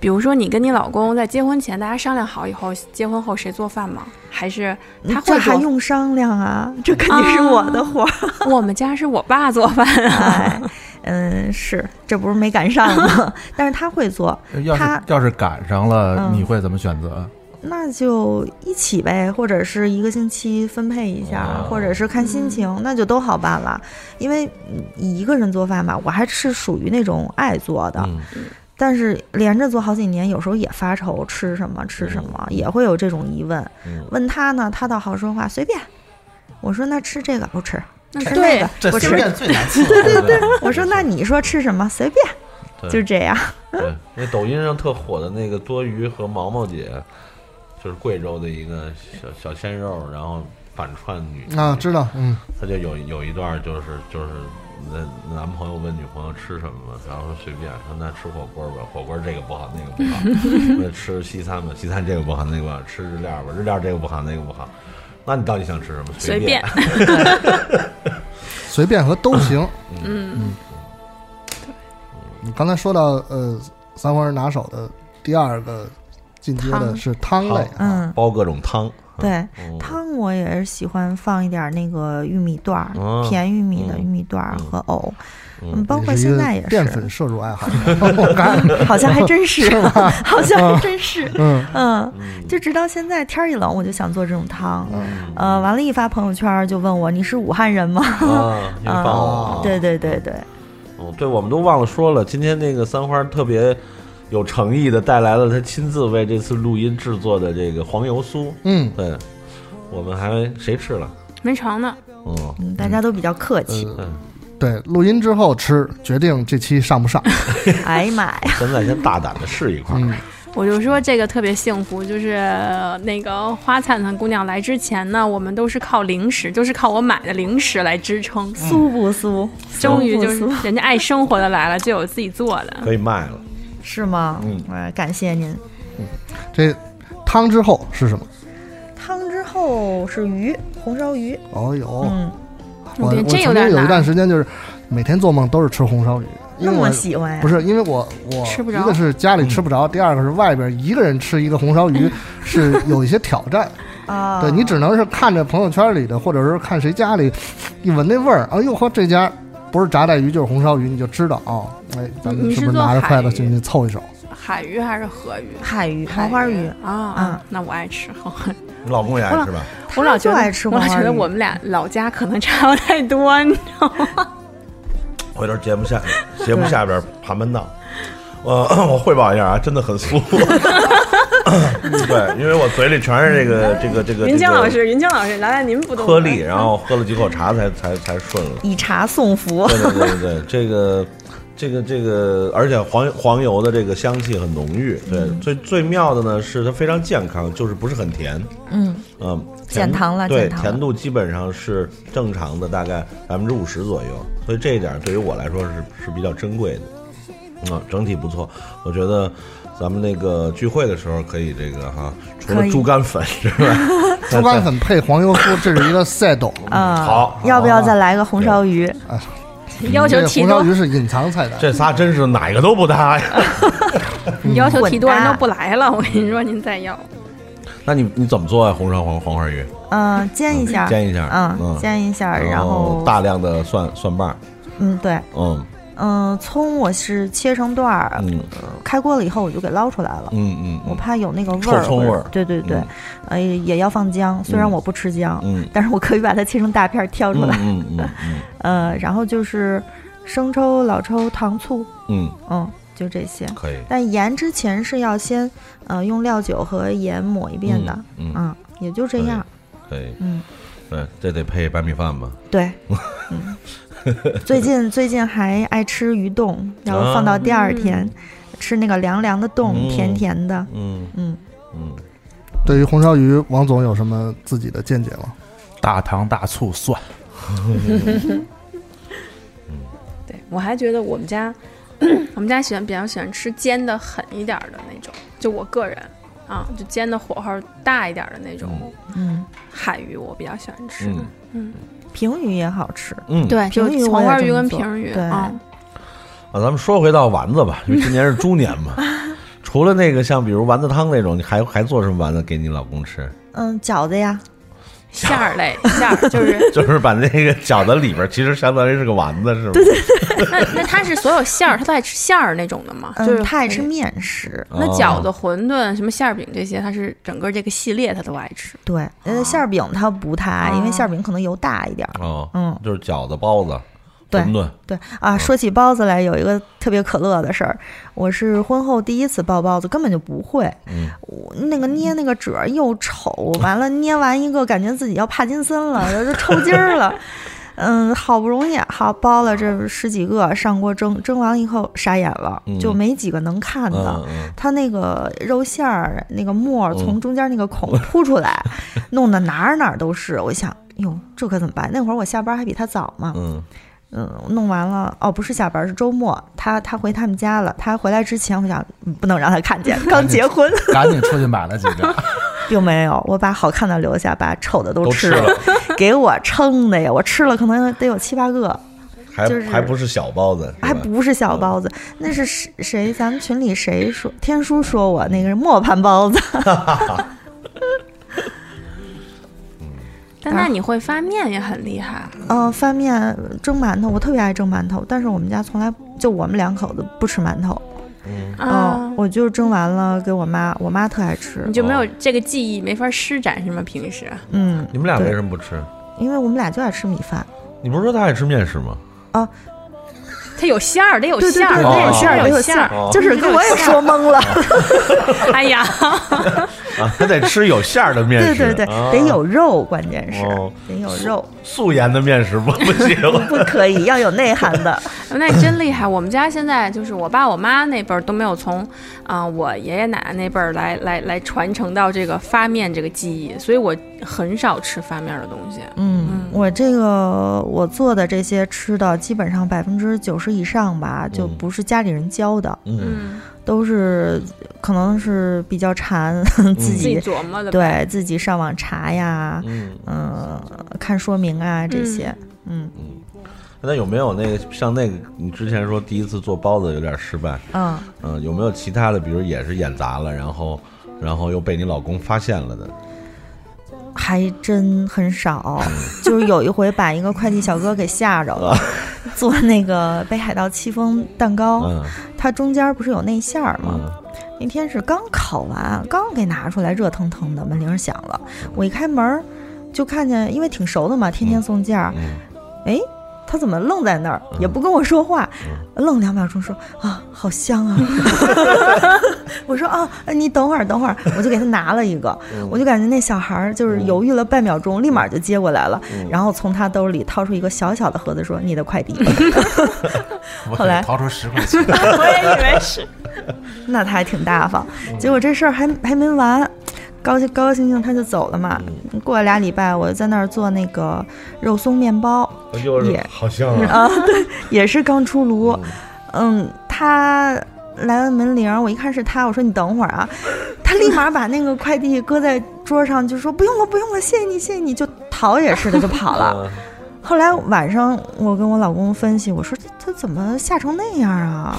S2: 比如说你跟你老公在结婚前，大家商量好以后，结婚后谁做饭吗？还是他
S4: 这
S2: 会
S4: 还
S2: 做？
S4: 用商量啊？这肯定是我的活儿。
S2: 我们家是我爸做饭啊。
S4: 哎，嗯，是，这不是没赶上吗？ 但是他会做，
S5: 要是
S4: 他
S5: 要是赶上
S4: 嗯
S5: 了，你会怎么选择？
S4: 那就一起呗，或者是一个星期分配一下，
S3: 哦
S4: 或者是看心
S2: 嗯
S4: 情，那就都好办了。因为嗯一个人做饭吧，我还是属于那种爱做的，
S3: 嗯，
S4: 但是连着做好几年，有时候也发愁吃什么吃什么，也会有这种疑问。
S3: 嗯
S4: 问他呢，他倒好说话，随便。我说那吃这个不吃，
S2: 那
S4: 吃那
S2: 对
S4: 个，不吃。
S5: 最难
S3: 对对对，
S4: 我说那你说吃什么随便，
S3: 对
S4: 就这样。
S3: 对，那抖音上特火的那个多鱼和毛毛姐，就是贵州的一个小小鲜肉，然后反串女
S1: 啊，知道，嗯，
S3: 她就有有一段就是就是你的男朋友问女朋友吃什么吗？然后说随便，说那吃火锅吧，火锅这个不好那个不好，那吃西餐吧，西餐这个不好那个不好，吃日料吧，日料这个不好那个不好，那你到底想吃什么？
S2: 随
S3: 便
S2: 便，
S1: 随便和都 行。啊
S2: 嗯，
S1: 你刚才说到呃，三花人拿手的第二个进阶的
S4: 汤
S1: 是汤类啊，
S4: 嗯，
S3: 煲各种汤，
S4: 对，
S3: 嗯
S4: 汤我也是喜欢放一点儿那个玉米段儿，
S3: 嗯
S4: 甜玉米的
S3: 嗯
S4: 玉米段儿和藕，
S3: 嗯
S4: 嗯，包括
S1: 你是一
S4: 现
S1: 个
S4: 在也
S1: 淀
S4: 是
S1: 粉，摄入爱好者， 我看，
S4: 好像还真是， 好像还真是，
S1: 嗯，
S4: 嗯，
S3: 嗯
S4: 就直到现在天儿一冷，我就想做这种汤，
S3: 嗯
S4: 呃，完了，一发朋友圈儿就问我你是武汉人吗？
S3: 啊，你放我
S1: 啊
S4: 对对对对，
S3: 哦，对，我们都忘了说了，今天那个三花特别有诚意的带来了他亲自为这次录音制作的这个黄油酥。
S1: 嗯，
S3: 对，我们还谁吃了？
S2: 没尝呢，
S3: 嗯，
S4: 嗯，大家都比较客气，
S1: 呃，
S3: 对，
S1: 对，录音之后吃，决定这期上不 上。
S4: 哎呀妈呀！
S3: 现在先大胆的试一块儿。
S1: 嗯，
S2: 我就说这个特别幸福，就是呃那个花灿灿姑娘来之前呢，我们都是靠零食，就是靠我买的零食来支
S1: 嗯
S2: 撑。
S4: 酥不酥？
S2: 终于
S4: 酥不
S2: 就是
S4: 酥
S2: 人家爱生活的来了，就有自己做的。
S3: 可以卖了，
S4: 是吗？
S3: 嗯
S4: 哎，感谢您。
S1: 这汤之后是什么？
S4: 汤之后是鱼，红烧鱼。
S1: 哦呦，
S4: 嗯，
S1: 我
S2: 我
S1: 我
S2: 觉得
S1: 曾
S2: 这有
S1: 经
S2: 点
S1: 有一
S2: 难
S1: 段时间就是每天做梦都是吃红烧鱼，因
S4: 那
S1: 为我
S4: 么喜欢呀？
S1: 不是因为我我
S2: 吃不着
S1: 一个是家里吃不着，第二个是外边一个人吃一个红烧鱼是有一些挑 战，
S4: 啊，
S1: 对你只能是看着朋友圈里的，或者是看谁家里一闻那味儿，哎呦呵，这家不是炸带鱼就是红烧鱼，你就知道哦，哎，咱们
S2: 你
S1: 是
S2: 是
S1: 不是
S2: 做
S1: 拿着筷子
S2: 海
S1: 进去凑一手？
S2: 海鱼还是河鱼？
S4: 海鱼、黄花鱼。
S2: 啊啊！那我爱吃黄花鱼。
S3: 你老公也爱吃吧？
S2: 我老觉
S4: 就
S2: 得
S4: 爱吃
S2: 我
S4: 黄
S2: 老
S4: 花
S2: 觉
S4: 鱼。
S2: 得我们俩老家可能差不太多，你知道吗？
S3: 回头节目下节目下边盘盘道。我 我汇报一下啊，真的很 酥。对，因为我嘴里全是这个这个这个
S2: 云
S3: 这
S2: 清
S3: 个
S2: 老师，云清老师，来来，您不懂
S3: 颗粒，然后喝了几口茶才才才顺了。
S4: 以茶送福，
S3: 对对对对，对，这个这个这个，而且黄黄油的这个香气很浓郁。对，
S4: 嗯
S3: 最最妙的呢是它非常健康，就是不是很甜。
S4: 嗯
S3: 嗯，
S4: 减
S3: 甜
S4: 糖了
S3: 对，
S4: 减糖了
S3: 甜度基本上是正常的，大概百分之五十左右。所以这一点对于我来说是是比较珍贵的。嗯，整体不错，我觉得咱们那个聚会的时候可以这个哈，除
S4: 可
S3: 了
S4: 以
S3: 猪肝粉 之外，
S1: 猪肝粉配黄油酥，这是一个赛斗。
S4: 啊，
S3: 嗯好
S4: 要不要再来个红烧鱼？
S2: 要求
S1: 这
S2: 提
S1: 嗯红烧
S2: 多，
S1: 鱼是隐藏菜单，
S3: 这仨真是哪个都不搭呀。
S2: 你要求提多
S4: 混搭
S2: 人都不来了，我跟你说，您再要。
S3: 那你你怎么做呀、啊红烧黄黄花鱼？
S4: 嗯，煎一下，
S3: 煎一下嗯
S4: 嗯，煎一下，然后
S3: 大量的蒜蒜瓣儿，
S4: 嗯，对，
S3: 嗯
S4: 嗯，葱我是切成段儿，
S3: 嗯
S4: 开锅了以后我就给捞出来了。
S3: 嗯嗯，
S4: 我怕有那个味
S3: 臭
S4: 儿，
S3: 葱味儿
S4: 对对对
S3: 嗯，
S4: 呃，也要放姜。虽然
S3: 嗯
S4: 我不吃姜，
S3: 嗯
S4: 但是我可以把它切成大片儿挑出
S3: 嗯
S4: 来。
S3: 嗯嗯嗯
S4: 呃，然后就是生抽、老抽、糖醋，
S3: 嗯，
S4: 嗯，就这些。
S3: 可以
S4: 但盐之前是要先呃用料酒和盐抹一遍的，
S3: 嗯嗯
S4: 嗯，也就这样，
S3: 可以，
S4: 嗯，
S3: 对，这得配白米饭吧？
S4: 对， 嗯。最近最近还爱吃鱼冻，然后放到第二天，吃那个凉凉的冻，
S3: 嗯
S4: 甜甜的，
S3: 嗯
S4: 嗯，
S3: 嗯，
S1: 对于红烧鱼，王总有什么自己的见解吗？
S5: 大糖、大醋、蒜，
S2: 对我还觉得我们家， 我们家喜欢比较喜欢吃煎的狠一点儿的那种，就我个人啊，就煎的火候大一点儿的那种
S4: 嗯，
S2: 海鱼，我比较喜欢吃。
S3: 嗯
S4: 平鱼也好吃，
S3: 嗯，
S2: 对，就
S4: 平鱼
S2: 黄
S4: 我也
S2: 花
S4: 这
S2: 鱼
S4: 么
S2: 跟
S4: 做
S2: 平鱼，
S4: 对
S2: 嗯，
S3: 啊，咱们说回到丸子吧，因为今年是猪年 嘛。除了那个像比如丸子汤那种，你还还做什么丸子给你老公吃？
S4: 嗯，饺子呀，
S2: 馅儿类馅儿 就是
S3: 就是把那个饺子里边儿其实相当于是个丸子，是吗？对啊对，
S2: 那那他是所有馅儿，他都爱吃馅儿那种的嘛？啊就是
S4: 嗯，他爱吃面食，
S2: 那
S3: 哦
S2: 饺子、馄饨、什么馅儿饼这些，他是整个这个系列他都爱吃。
S4: 对，
S3: 啊
S4: 呃，馅儿饼他不太爱，因为
S2: 哦
S4: 馅儿饼可能油大一点儿，
S3: 哦，
S4: 嗯，
S3: 就是饺子、包子、
S4: 对
S3: 馄饨，
S4: 对啊，说起包子来，有一个特别可乐的事儿，我是婚后第一次包包子，根本就不会。
S3: 嗯
S4: 我那个捏那个褶儿又丑，完了捏完一个感觉自己要帕金森了，然后就抽筋儿了。嗯，好不容易好包了这十几个，上锅蒸，蒸完以后傻眼了，就
S3: 嗯
S4: 没几个能看的。
S3: 嗯嗯，
S4: 它那个肉馅儿那个沫儿从中间那个孔扑 出来，弄得哪儿哪儿都是。我一想，哟，这可怎么办？那会儿我下班还比他早嘛，
S3: 嗯
S4: 嗯，弄完了哦，不是下班，是周末。他他回他们家了。他回来之前，我想嗯不能让他 看见，刚结婚，
S5: 赶紧出去买了几张。
S4: 并没有。我把好看的留下，把丑的都
S3: 都
S4: 吃
S3: 吃了，
S4: 给我撑的呀！我吃了可能得有七八个，
S3: 还
S4: 就是
S3: 还不是小包子，是吧
S4: 还不是小包子，
S3: 嗯
S4: 那是谁谁？咱们群里谁说？天叔说我那个是磨盘包子，
S2: 但那你会发面也很厉害，
S4: 呃，翻面蒸馒头，我特别爱蒸馒头，但是我们家从来就我们两口子不吃馒头，嗯、
S2: 啊，
S4: 我就蒸完了给我妈，我妈特爱吃
S2: 你，就没有这个技艺，没法施展是吗？平时
S4: 嗯，
S3: 你们俩
S4: 对
S3: 为什么不吃？
S4: 因为我们俩就爱吃米饭，
S3: 你不是说他爱吃面食吗？
S2: 它有馅儿，得有
S4: 对对
S2: 馅儿，
S4: 对，
S3: 哦
S4: 得有
S3: 哦
S4: 馅儿，
S3: 哦
S4: 得
S2: 有
S4: 有
S2: 馅
S4: 馅
S2: 儿。
S4: 儿，就是跟我也 说懵了，
S2: 哎呀，
S3: 啊，还得吃有馅儿的面
S4: 对
S3: 食，
S4: 对对，
S3: 啊
S4: 得有肉，关键是
S3: 哦
S4: 得有肉，
S3: 素颜的面食不 不行。
S4: 不可以要有内涵的，
S2: 那你真厉害！我们家现在就是我爸我妈那辈儿都没有从，啊、我爷爷奶奶那辈儿来来来传承到这个发面这个技艺，所以我很少吃发面的东西。
S4: 嗯，我这个我做的这些吃的，基本上百分之九十以上吧，就
S3: 嗯
S4: 不是家里人教的，
S3: 嗯，
S2: 嗯，
S4: 都是可能是比较馋， 自
S2: 自己
S4: 己、
S2: 琢磨的。，
S4: 对自己上网查呀，
S3: 嗯
S4: 嗯、看说明啊这些，嗯
S3: 那有没有那个像那个你之前说第一次做包子有点失败？
S4: 嗯
S3: 嗯、有没有其他的，比如也是演砸了，然后然后又被你老公发现了的？
S4: 还真很少，
S3: 嗯
S4: 就是有一回把一个快递小哥给吓着
S3: 啊
S4: 了， 做那个北海道戚风蛋糕，
S3: 嗯
S4: 它中间不是有内馅儿吗？
S3: 嗯
S4: 那天是刚烤完，刚给拿出来，热腾腾的，门铃响了。我一开门儿，就看见，因为挺熟的嘛，天天送件儿，
S3: 嗯，
S4: 哎，他怎么愣在那儿，
S3: 嗯
S4: 也不跟我说话，
S2: 嗯
S4: 愣两秒钟说啊，好香 啊！ 我说啊，你等会儿，等会儿，
S2: 嗯
S4: 我就给他拿了一个，我就感觉那小孩儿就是犹豫了半秒
S2: 嗯
S4: 钟，立马就接过来了，然后从他兜里掏出一个小小的盒子，说你的快递。
S5: 我
S4: 后来
S5: 掏出十块 钱，
S2: 我也以为是。 嗯
S4: 那他还挺大方。结果这事儿还还没完，高兴高高兴兴他就走了嘛。
S2: 嗯
S4: 过了俩礼拜，我在那儿做那个肉松面包，
S3: 又
S4: 也
S3: 好像啊，
S4: 啊，对，也是刚出炉。嗯，他来按门铃，我一看是他，我说你等会儿啊，他立马把那个快递搁在桌上，就说不用了，不用了，谢谢你，谢谢你，就逃也似的就跑了。
S3: 啊
S4: 后来晚上我跟我老公分析，我说他他怎么吓成那样啊？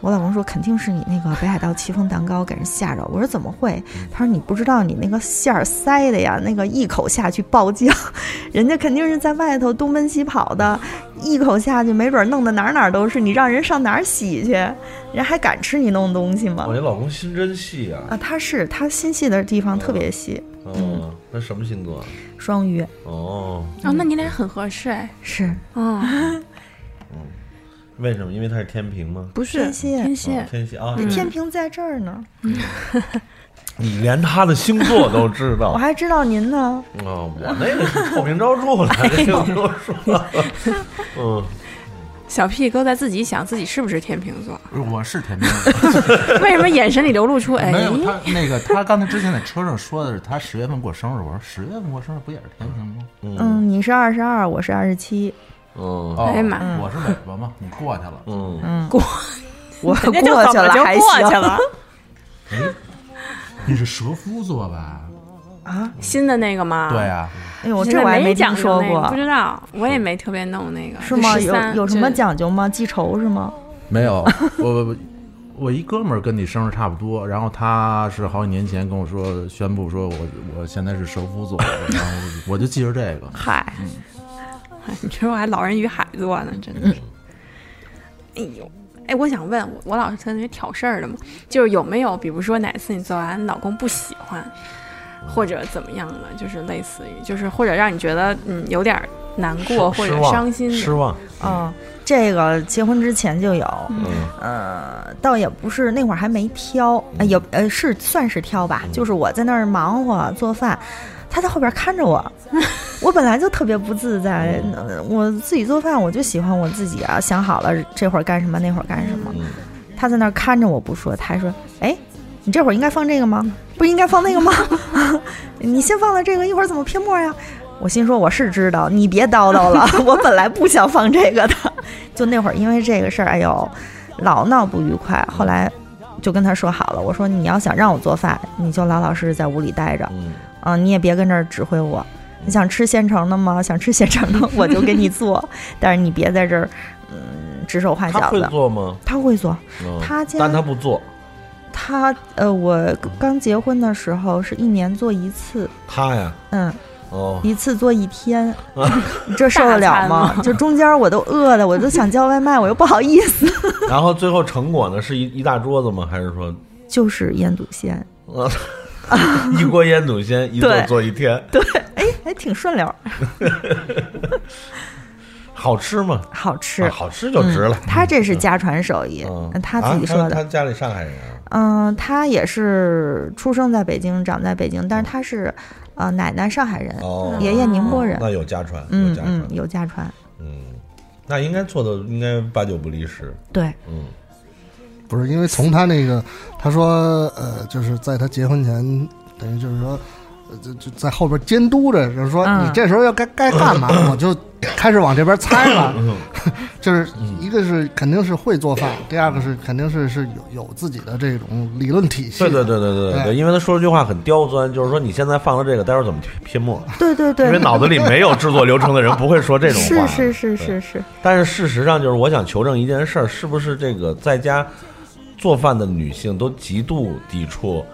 S4: 我老公说肯定是你那个北海道戚风蛋糕给人吓着。我说怎么会？他说你不知道你那个馅儿塞的呀，那个一口下去爆浆， 人家肯定是在外头东奔西跑的，一口下去没准弄得哪儿哪儿都是，你让人上哪儿洗去？人还敢吃你弄的东西吗
S3: 我？你老公心真细啊。
S4: 啊，他是他心细的地方特别细，
S3: 嗯，他什么星座啊？
S4: 双鱼
S3: 哦，
S2: 哦，那你俩很合适哎。
S4: 是
S2: 哦，
S3: 为什么？因为他是天平吗？
S2: 不
S4: 天
S2: 是
S4: 蝎嗯
S2: 天，蝎
S3: 哦，天蝎啊，
S4: 天平在这儿呢，
S3: 你连他的星座都知道
S4: 我还知道您呢。
S3: 哦，我那个是臭名昭著
S4: 哎
S3: 了，这个不用说了。嗯，
S2: 小屁都在自己想自己是不是天秤座，
S5: 我是天平。
S2: 为什么眼神里流露出哎？
S5: 没有他那个，他刚才之前在车上说的是他十月份过生日，我说十月份过生日不也是天平吗？
S4: 嗯，你是二十二，我是二 十七，
S3: 嗯
S5: 哦
S2: 哎呀妈，
S5: 我是尾巴嘛，你过去了。
S3: 嗯，
S4: 我过
S2: 人
S4: 去
S2: 家就
S4: 了
S2: 怎么就
S4: 还
S2: 过去
S4: 行。
S2: 了？
S5: 你是蛇夫座吧？
S2: 新的那个吗？
S5: 对。啊，
S4: 哎呦，
S2: 现
S4: 这
S2: 在
S4: 我还
S2: 没
S4: 听
S2: 讲究
S4: 说
S2: 那个
S4: 过
S2: 不，知道，我也没特别弄那个。
S4: 是吗？有
S2: 13
S4: 有什么
S2: 就
S4: 讲究吗？记仇是吗？
S5: 没有，我我一哥们儿跟你生日差不多，然后他是好几年前跟我说宣布说我我现在是蛇夫座，然后我就记着这个。
S4: 嗨，
S2: 嗯 你说我还老人与海做呢，真
S3: 嗯
S2: 的是。哎呦，哎，我想问，我我老是特别挑事儿的嘛，就是有没有，比如说哪次你做完老公不喜欢，或者怎么样的，就是类似于，就是或者让你觉得嗯有点儿难过或
S3: 失
S2: 者
S3: 望
S2: 伤心
S3: 失
S2: 的，
S3: 望。
S4: 嗯，这个结婚之前就有，
S3: 嗯
S4: 呃，倒也不是那会儿还没挑，呃也呃是算是挑吧，就是我在那儿忙活做饭，他在后边看着我，我本来就特别不自在，呃我自己做饭我就喜欢我自己啊，想好了这会儿干什么，那会儿干什么，
S3: 嗯
S4: 他在那儿看着我不说，他还说：“哎，你这会 儿应该放这个吗？不应该放那个吗？你先放了这个，一会儿怎么撇沫呀？”我心说我是知道，你别叨叨了， 我本来不想放这个的。 就那会儿因为这个事儿，哎呦，老闹不愉快。后来就跟他说好了，我说你要想让我做饭，你就老老实实在屋里待着，
S3: 嗯，
S4: 啊，你也别跟这儿指挥我。你想吃现成的吗？ 想吃现成的我就给你做，但是你别在这儿，嗯，指手画
S3: 他
S4: 脚
S3: 会
S4: 的。
S3: 做吗？
S4: 他会做，
S3: 嗯，
S4: 他家
S3: 但他不做，
S4: 他呃，我刚结婚的时候是一年做一次，
S3: 他呀，
S4: 嗯，
S3: 哦，
S4: 一次做一天， 这受得了吗？就中间我都饿的，我都想叫外卖，我又不好意思。
S3: 然后最后成果呢是一一大桌子吗？还是说
S4: 就是腌笃鲜，
S3: 呃一锅腌笃 鲜一做
S4: 对
S3: 做一天，
S4: 还挺顺溜儿，
S3: 好吃吗？
S4: 好吃
S3: 啊。好吃就值了
S4: 嗯。他这是家传手艺，
S3: 嗯，
S4: 他自己说
S3: 啊他
S4: 的。
S3: 他家里上海人啊，
S4: 嗯，他也是出生在北京，长在北京，但是他是呃奶奶上海人，
S3: 嗯哦，
S4: 爷爷宁波人。
S3: 那有家传，有
S4: 嗯
S3: 家传
S4: 嗯，，有家传。
S3: 嗯，那应该做的应该八九不离十，
S4: 对，
S3: 嗯，
S1: 不是因为从他那个，他说呃，就是在他结婚前，等于就是说，呃就就在后边监督着，就是说、
S4: 嗯
S1: 你这时候要该该干 嘛，我就开始往这边猜了。
S3: 嗯
S1: 就是一个是肯定是会做饭，第二个是肯定是是有有自己的这种理论体系
S3: 对
S1: 的。
S3: 对对对对
S1: 哎
S3: 对，因为他说了句话很刁钻，就是说你现在放了这个，待会儿怎么拼幕？
S4: 对对
S3: 因为
S4: 对，
S3: 脑子里 没有制作流程的人不会说这种话
S4: 是，是是是是，
S3: 但是事实上，就是我想求证一件事儿，是不是这个在家做饭的女性都极度抵触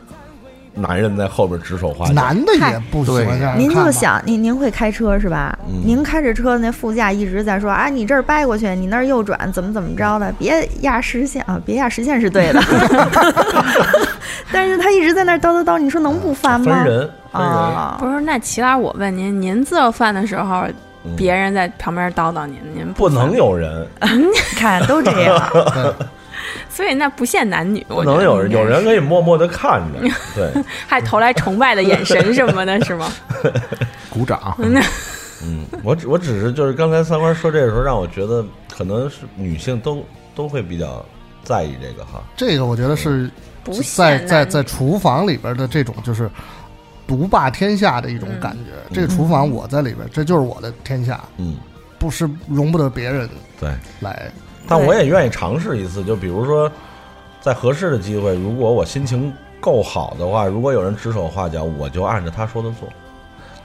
S3: 男人在后边指手画脚？
S1: 男的也不喜欢
S5: 对
S1: 这样看吧。
S4: 您就想您您会开车是吧？
S3: 嗯
S4: 您开着车那副驾一直在说啊，你这儿掰过去，你那儿右转，怎么怎么着的，别压实线啊，别压实线是 对的。 但是他一直在那儿叨叨叨，你说能不烦
S3: 嗯分
S4: 吗？
S3: 人分人，
S4: 啊，
S2: 不是，那齐老师，我问您，您做饭的时候，
S3: 嗯
S2: 别人在旁边叨叨您，您
S3: 不
S2: 烦
S3: 能，有人，
S4: 嗯看都这样，
S2: 所以那不限男女，
S3: 不
S2: 我觉
S3: 能
S2: 得
S3: 有人，
S2: 应该
S3: 有人可以默默的看 着，对，
S2: 还投来崇拜的眼神什么的，是 吗？
S5: 鼓掌。
S3: 嗯，我只我只是就是刚才三观说这个时候，让我觉得可能是女性都都会比较在意这个哈，
S1: 这个，我觉得是
S2: 不
S1: 在
S2: 限
S1: 在
S2: 男
S1: 在厨房里边的这种就是独霸天下的一种感觉。这个厨房我在里边，这就是我的天下，
S3: 嗯，
S1: 不是容不得别人
S3: 对。
S1: 来。
S3: 但我也愿意尝试一次，就比如说，在合适的机会，如果我心情够好的话，如果有人指手画脚，我就按照他说的做。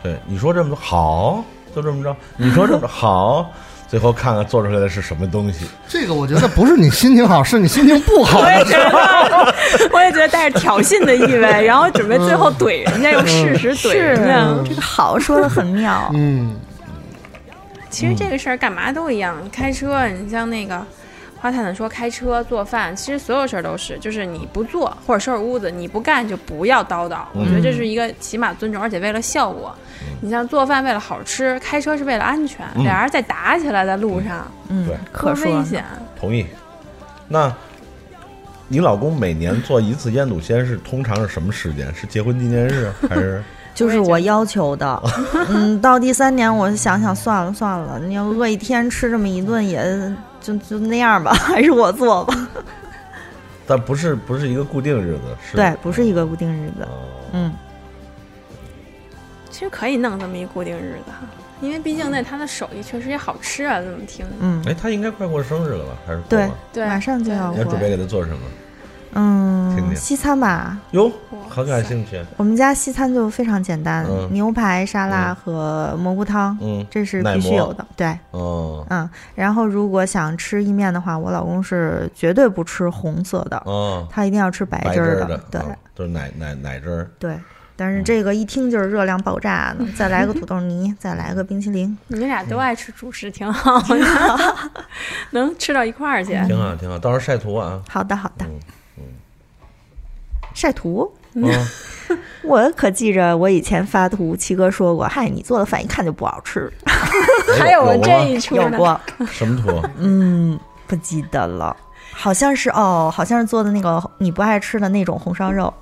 S3: 对，你说这么着好，就这么着；你说这么着好，最后看看做出来的是什么东西。
S1: 这个我觉得不是你心情好，是你心情不好
S2: 我。也觉 得，我也觉得带着挑衅的意味，然后准备最后怼人家，用事实怼
S4: 嗯是
S2: 人家。
S3: 啊
S2: 嗯
S4: 这个好说的很 妙。
S1: 嗯，
S2: 其实这个事儿干嘛都一样，开车，你像那个花探子说开车、做饭，其实所有事儿都是，就是你不做或者收拾屋子，你不干就不要叨叨。我觉得这
S4: 嗯
S2: 是一个起码尊重，而且为了效果。你像做饭为了好吃，开车是为了安全，
S3: 嗯
S2: 俩人再打起来在路上
S4: 嗯
S3: 对，
S4: 可
S2: 多
S4: 说
S2: 危
S4: 呢
S2: 险。
S3: 同意。那你老公每年做一次腌笃鲜是通常是什么时间？是结婚纪念日还是？
S4: 就是我要求的。 嗯，到第三年我想想算了算了，你要饿一天吃这么一顿也就就那样吧， 还是我做吧。
S3: 但不是不是一个固定日子，是
S4: 对，不是一个固定日子
S3: 哦。
S4: 嗯，
S2: 其实可以弄这么一固定日子哈，因为毕竟那他的手艺确实也好吃啊，这么听。
S4: 嗯，
S3: 哎，他应该快过生日了吧？还是过
S4: 对
S3: 了
S2: 对，
S4: 马上就要
S3: 你要准备
S4: 过。
S3: 给他做什么？听
S4: 嗯，
S3: 听
S4: 西餐吧，
S3: 哟，
S2: 哇
S3: 好感兴趣。
S4: 我们家西餐就非常简单，
S3: 嗯
S4: 牛排、沙拉
S3: 嗯
S4: 和蘑菇汤，
S3: 嗯，
S4: 这是
S3: 奶
S4: 必须
S3: 蘑
S4: 有的。对，
S3: 哦
S4: 嗯，然后如果想吃意面的话，我老公是绝对不吃红色的，
S3: 哦，
S4: 他一定要吃白
S3: 白
S4: 汁儿
S3: 儿
S4: 的。对。
S3: 哦就是奶奶奶汁儿。
S4: 对，但是这个一听就是热量爆炸
S2: 嗯
S4: 的，再来个土 豆泥，再来个冰淇淋，
S2: 你俩都爱吃主食，挺好的，能吃到一块儿去。
S3: 挺
S4: 嗯
S3: 好，挺好，到时候晒图啊。
S4: 好的好的。
S3: 嗯
S4: 晒图，
S3: 嗯，
S4: 我可记着我以前发图，七哥说过，嗨，你做的饭一看就不好 吃，
S2: 还有
S3: 我
S2: 我这一出
S4: 嗯有啊
S2: 呢，
S4: 过，
S3: 什么图？
S4: 嗯，不记得了。好像是哦，好像是做的那个你不爱吃的那种红烧肉，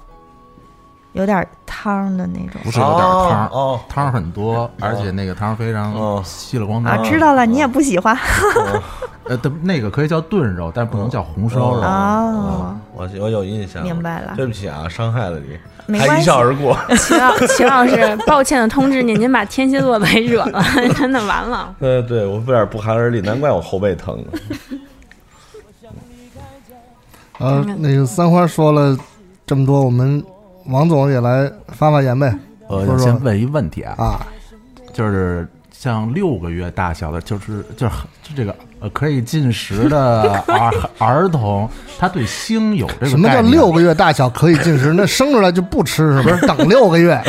S4: 有点汤的那种
S5: 不是有点汤，
S3: 哦
S5: 汤很多，而且那个汤非常
S3: 哦
S5: 稀了光
S4: 啊
S5: 当。，
S4: 知道了，你也不喜欢，
S3: 哦
S5: 呃，对那个可以叫炖肉，但不能叫红烧肉。
S4: 哦，
S5: 啊
S3: 我我有印象，
S4: 明白了
S3: 对不起啊，伤害了你，
S4: 没
S3: 还
S4: 关
S3: 一
S4: 系
S3: 笑而过。
S2: 齐老齐老师，抱歉的通知您，您把天蝎座给惹了， 真的完了。
S3: 呃，对我有点不寒而栗，难怪我后背疼。
S1: 呃，那个三花说了这么多，我们王总也来发发言呗，
S5: 呃，
S1: 说
S5: 先
S1: 说
S5: 问一问题啊，
S1: 啊，
S5: 就是像六个月大小的，就是就是就这个呃可以进食的儿 儿童，他对腥有这个
S1: 什么叫
S5: 概念
S1: 六？个月大小可以进食？那生出来就不吃是不 是？等六个月，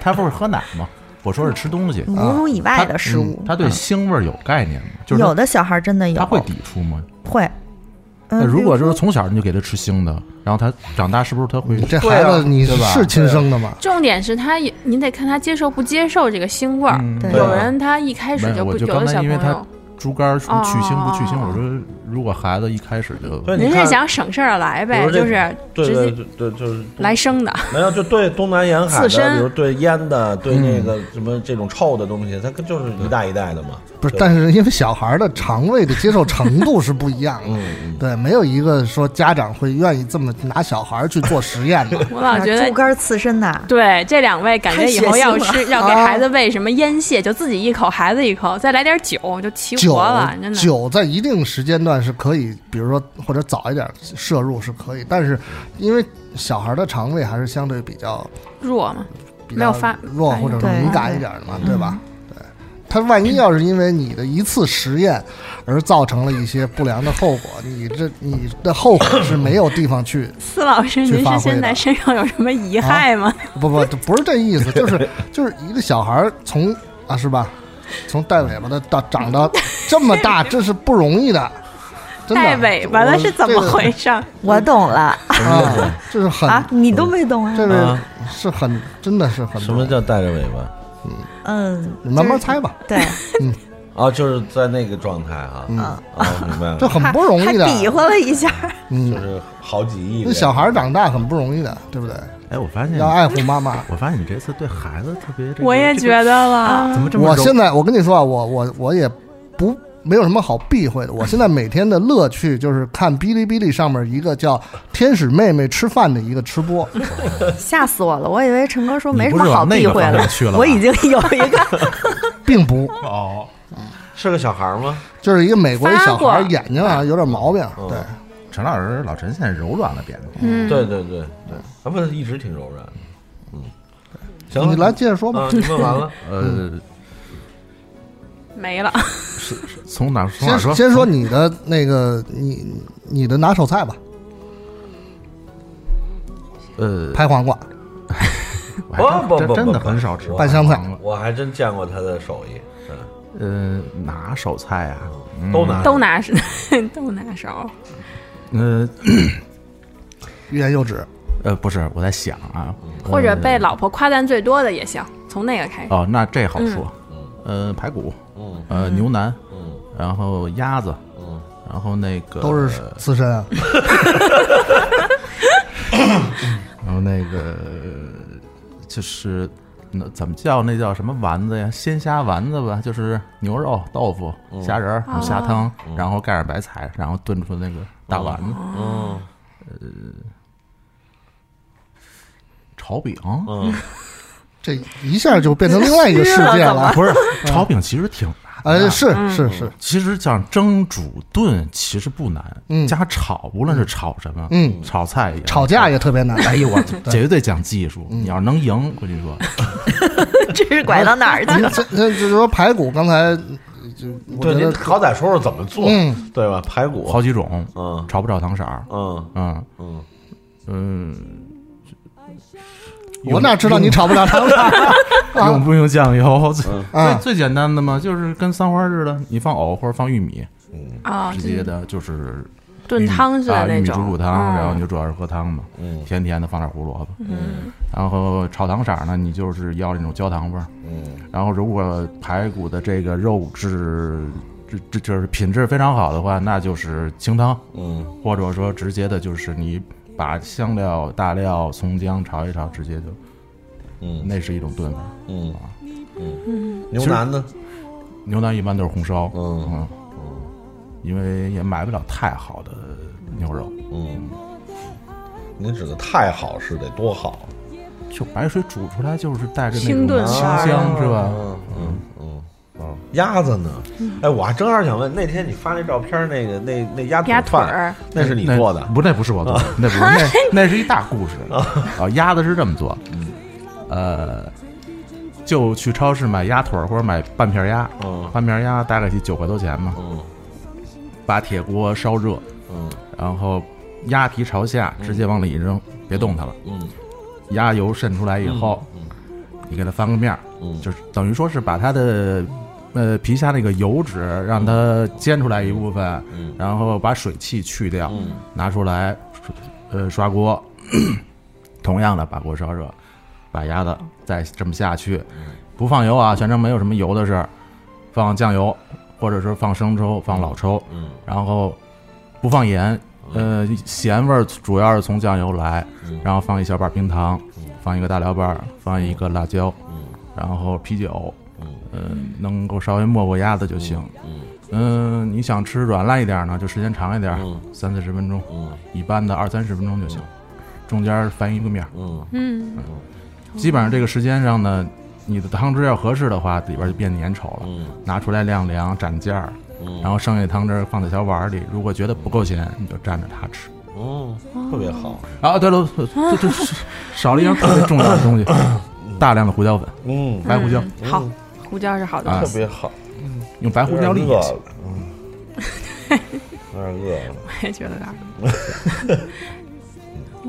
S5: 他不是喝奶吗？我说是吃东西，
S1: 嗯
S4: 母乳以外的食物，
S5: 啊
S4: 嗯
S5: 他对腥味儿有概念吗？就是
S4: 有的小孩真的有
S5: 他会抵触吗？
S4: 会。嗯
S5: 那如果就是
S4: 比
S5: 从小你就给他吃腥的，然后他长大是不是他会？
S1: 这孩子你
S5: 对吧
S1: 是亲生的吗？
S2: 重点是他也，您得看他接受不接受这个腥味儿。
S5: 嗯
S4: 对
S2: 有人他一开始
S5: 没有
S2: 不，
S5: 我就
S2: 有
S5: 刚
S2: 的
S5: 才
S2: 小
S5: 因
S2: 朋
S5: 为他
S2: 友，
S5: 猪肝儿什么去腥不去腥，
S2: 哦哦哦
S5: 我说如果孩子一开始就
S3: 对，你
S2: 您是
S3: 看，
S2: 想省事儿来呗，
S3: 比如
S2: 就
S3: 这
S2: 是
S3: 对
S2: 直接
S3: 对对对，就是
S2: 来生 的。
S3: 没有，就对东南沿海
S2: 刺身
S3: 的，比如对烟的，对那个什么这种臭的东西，它就是一代一代的嘛。
S1: 嗯不是，
S3: 对
S1: 但是因为小孩的肠胃的接受程度是不一样的，
S3: 嗯嗯，
S1: 对，没有一个说家长会愿意这么拿小孩去做实验 的。
S2: 我老觉
S4: 如啊
S2: 得
S4: 猪肝刺身 呐，
S2: 对这两位，感觉以后要吃要
S1: 哦
S2: 给孩子喂什么烟蟹，就自己一口，孩子一口，再来点酒就齐
S1: 酒
S2: 活了，真的。
S1: 酒在一定时间段是可以，比如说或者早一点摄入是可以，但是因为小孩的肠胃还是相对比较
S2: 弱嘛，
S1: 比
S2: 没
S1: 较
S2: 有发
S1: 弱
S2: 反应嗯
S1: 或者是
S4: 对
S1: 敏感一点的嘛，对吧？对，他万一要是因为你的一次实验而造成了一些不良的后果，你这你的后果是没有地方去。
S2: 司老师，
S1: 去
S2: 您
S1: 发
S2: 是
S1: 挥
S2: 现在
S1: 的啊
S2: 身上有什么遗害吗？
S1: 不不，不是这意 思，就是就是一个小孩儿从啊是吧，从带尾巴的到长到这么大，这是不容易的。真的啊
S2: 带尾巴了是怎么回？事？
S4: 我懂 了
S1: 我这个啊，这是很
S4: 啊，
S5: 嗯
S4: 你都没懂啊？
S1: 这个
S3: 啊
S1: 是很真的是很
S3: 什么叫带着尾巴
S4: 嗯，
S1: 你慢慢
S4: 就是
S1: 猜吧，
S4: 对，
S3: 啊？就是在那个状态哈。
S1: 嗯
S3: 啊，明 白
S1: 这
S3: 了，
S1: 很不容易的
S4: 还。比划了一下，
S1: 嗯
S3: 就，是好几亿
S1: 那
S3: 个
S1: 小孩儿长大很不容易的，对不对？
S3: 嗯
S5: 哎，我发现
S1: 要爱护妈妈。
S5: 我发现你这次对孩子特别这个，
S2: 我也觉得
S5: 这个
S2: 了，
S5: 怎么这么
S1: 我
S5: 柔
S1: 现在我跟你说啊，我我我也不没有什么好避讳的。我现在每天的乐趣就是看哔哩哔哩上面一个叫“天使妹妹吃饭”的一个吃播，
S4: 吓死我了！我以为陈哥说没
S5: 你
S4: 什
S5: 不是
S4: 么好
S5: 往那
S4: 避
S5: 个
S4: 讳
S5: 方
S4: 了
S5: 向去了吧
S4: 我已经有一 个
S1: 并不
S5: 哦，
S3: 是个小孩吗？
S1: 就是一个美国一小孩
S2: 发
S1: 儿
S2: 过
S1: 眼睛啊有点毛病，
S3: 嗯
S1: 对，
S5: 陈老师老陈现在柔软了点，
S2: 嗯，
S3: 对对对对，他们一直挺柔软的。嗯，行
S1: 嗯
S3: 了，
S1: 你来接着说吧。
S3: 啊，你问完了。
S5: 呃，
S2: 没了。
S5: 从哪从哪
S1: 先
S5: 说？
S1: 先说你的那个你你的拿手菜吧，
S5: 呃，
S1: 拍黄瓜，
S5: 我还
S3: 不
S5: 真
S3: 不不
S5: 真真的
S3: 不
S5: 很少吃
S3: 我
S1: 拌香菜
S3: 我还真见过他的手艺，嗯，
S5: 呃，拿手菜啊，
S1: 嗯
S3: 都拿
S2: 都拿手， 都拿手。
S5: 呃
S1: 欲言又止。
S5: 呃，不是，我在想啊，
S1: 嗯
S2: 或者
S5: 呃
S2: 被老婆夸赞最多的也行，从那个开始。
S5: 哦，那这好说，呃，排骨，
S3: 嗯
S5: 呃，牛腩，
S3: 嗯
S5: 然后鸭子，
S3: 嗯，
S5: 然后那个
S1: 都是刺身啊，
S5: 然后那个呃就是那怎么叫那叫什么丸子呀？鲜虾丸子吧，就是牛肉、豆腐、
S1: 嗯
S5: 虾仁儿、虾汤，然后盖上白菜，然后炖出那个大丸子。嗯，呃，
S1: 哦
S5: 炒饼。
S1: 嗯
S3: 嗯
S1: 这一下就变成另外一个世界了。
S5: 不是炒饼，其实挺难的。
S1: 呃，是是是，
S5: 其实像蒸、煮、炖其实不难，
S1: 嗯
S5: 加炒，无论是炒什么，
S1: 嗯
S5: 炒菜也
S1: 吵架嗯也特别难。
S5: 哎 呦我绝对讲技术。你要是能赢，我跟你说，
S4: 这是拐 到哪儿去？
S1: 这这就是说排骨，刚才就我
S3: 对，
S1: 觉
S3: 您
S1: 得
S3: 好歹说说怎么做，
S1: 嗯
S3: 对吧？排骨，
S5: 好几种，
S3: 嗯
S5: 炒不炒糖色儿，
S3: 嗯
S5: 嗯
S3: 嗯，
S5: 嗯，
S1: 我哪知道你炒不了糖
S5: 用不用酱油？最
S1: 啊
S5: 最最简单的嘛，就是跟三花似的，你放藕或者放玉米，
S2: 啊，
S5: 直接的就是
S2: 炖汤似
S5: 啊
S2: 的
S5: 玉
S2: 那
S5: 米
S2: 种。
S5: 煮煮
S2: 嗯
S5: 汤，然后你就主要是喝汤嘛，
S3: 嗯
S5: 甜甜的放点胡萝卜，然后炒糖色儿呢，你就是要那种焦糖味儿，
S3: 嗯
S5: 然后如果排骨的这个肉质。这这就是品质非常好的话，那就是清汤，
S3: 嗯
S5: 或者说直接的就是你把香料、大料、葱姜炒一炒，直接就
S3: 嗯
S5: 那是一种炖法。
S3: 嗯
S5: 啊
S3: 嗯，牛腩呢？
S5: 牛腩一般都是红烧，
S3: 嗯
S5: 嗯，因为也买不了太好的牛肉，
S3: 嗯，您指的太好是得多好？
S5: 就白水煮出来就是带着那
S2: 清
S5: 种
S2: 炖
S5: 清
S2: 味儿啊
S5: 香，是吧？
S3: 嗯嗯嗯嗯，鸭子呢？哎，我还正好想问，那天你发那照片，那个那那鸭
S2: 鸭
S3: 腿
S2: 腿
S3: 饭，
S2: 儿，
S3: 那是你
S5: 那
S3: 做的？啊
S5: 不，那不是我做的，那不是，那那是一大故事啊。鸭子是这么做，
S3: 嗯
S5: 呃，就去超市买鸭腿儿或者买半片鸭，
S3: 嗯
S5: 半片鸭大概得九块多钱嘛，
S3: 嗯
S5: 把铁锅烧热，
S3: 嗯
S5: 然后鸭皮朝下，直接往里一扔，别动它了。
S3: 嗯
S5: 鸭油渗出来以后，你给它翻个面儿，
S3: 嗯，
S5: 就是等于说是把它的呃皮下那个油脂让它煎出来一部分，
S3: 嗯
S5: 然后把水汽去掉，
S3: 嗯
S5: 拿出来，呃，刷锅， 同样的把锅烧热，把鸭子再这么下去，
S3: 嗯
S5: 不放油啊，全程没有什么油的事儿，放酱油或者是放生抽、放老抽，
S3: 嗯
S5: 然后不放盐，呃，咸味儿主要是从酱油来，然后放一小瓣冰糖，
S3: 嗯
S5: 放一个大料瓣儿，放一个辣椒，然后啤酒，呃，能够稍微没过鸭子就行。
S3: 嗯
S5: 嗯、你想吃软烂一点呢，就时间长一点
S3: 嗯，
S5: 三四十分钟，
S3: 嗯
S5: 一般的二三十分钟就行。中间翻一个面儿，
S3: 嗯
S2: 嗯，
S5: 基本上这个时间上呢，你的汤汁要合适的话，里边就变粘稠了。
S3: 嗯
S5: 拿出来晾凉，蘸件儿，
S3: 嗯
S5: 然后剩下汤汁儿放在小碗儿里。如果觉得不够咸，你就蘸着它吃。
S3: 嗯，特别好。
S5: 啊，对了，这这少了一样特别重要 的东西，大量的胡椒粉，
S3: 嗯，
S5: 白胡椒，
S2: 好，胡椒是好的，
S5: 啊
S3: 特别好，
S5: 用白
S3: 有
S5: 胡
S3: 点
S5: 椒粒也
S3: 饿
S5: 行。
S3: 了，嗯，有点饿了。
S2: 我也觉得有点儿。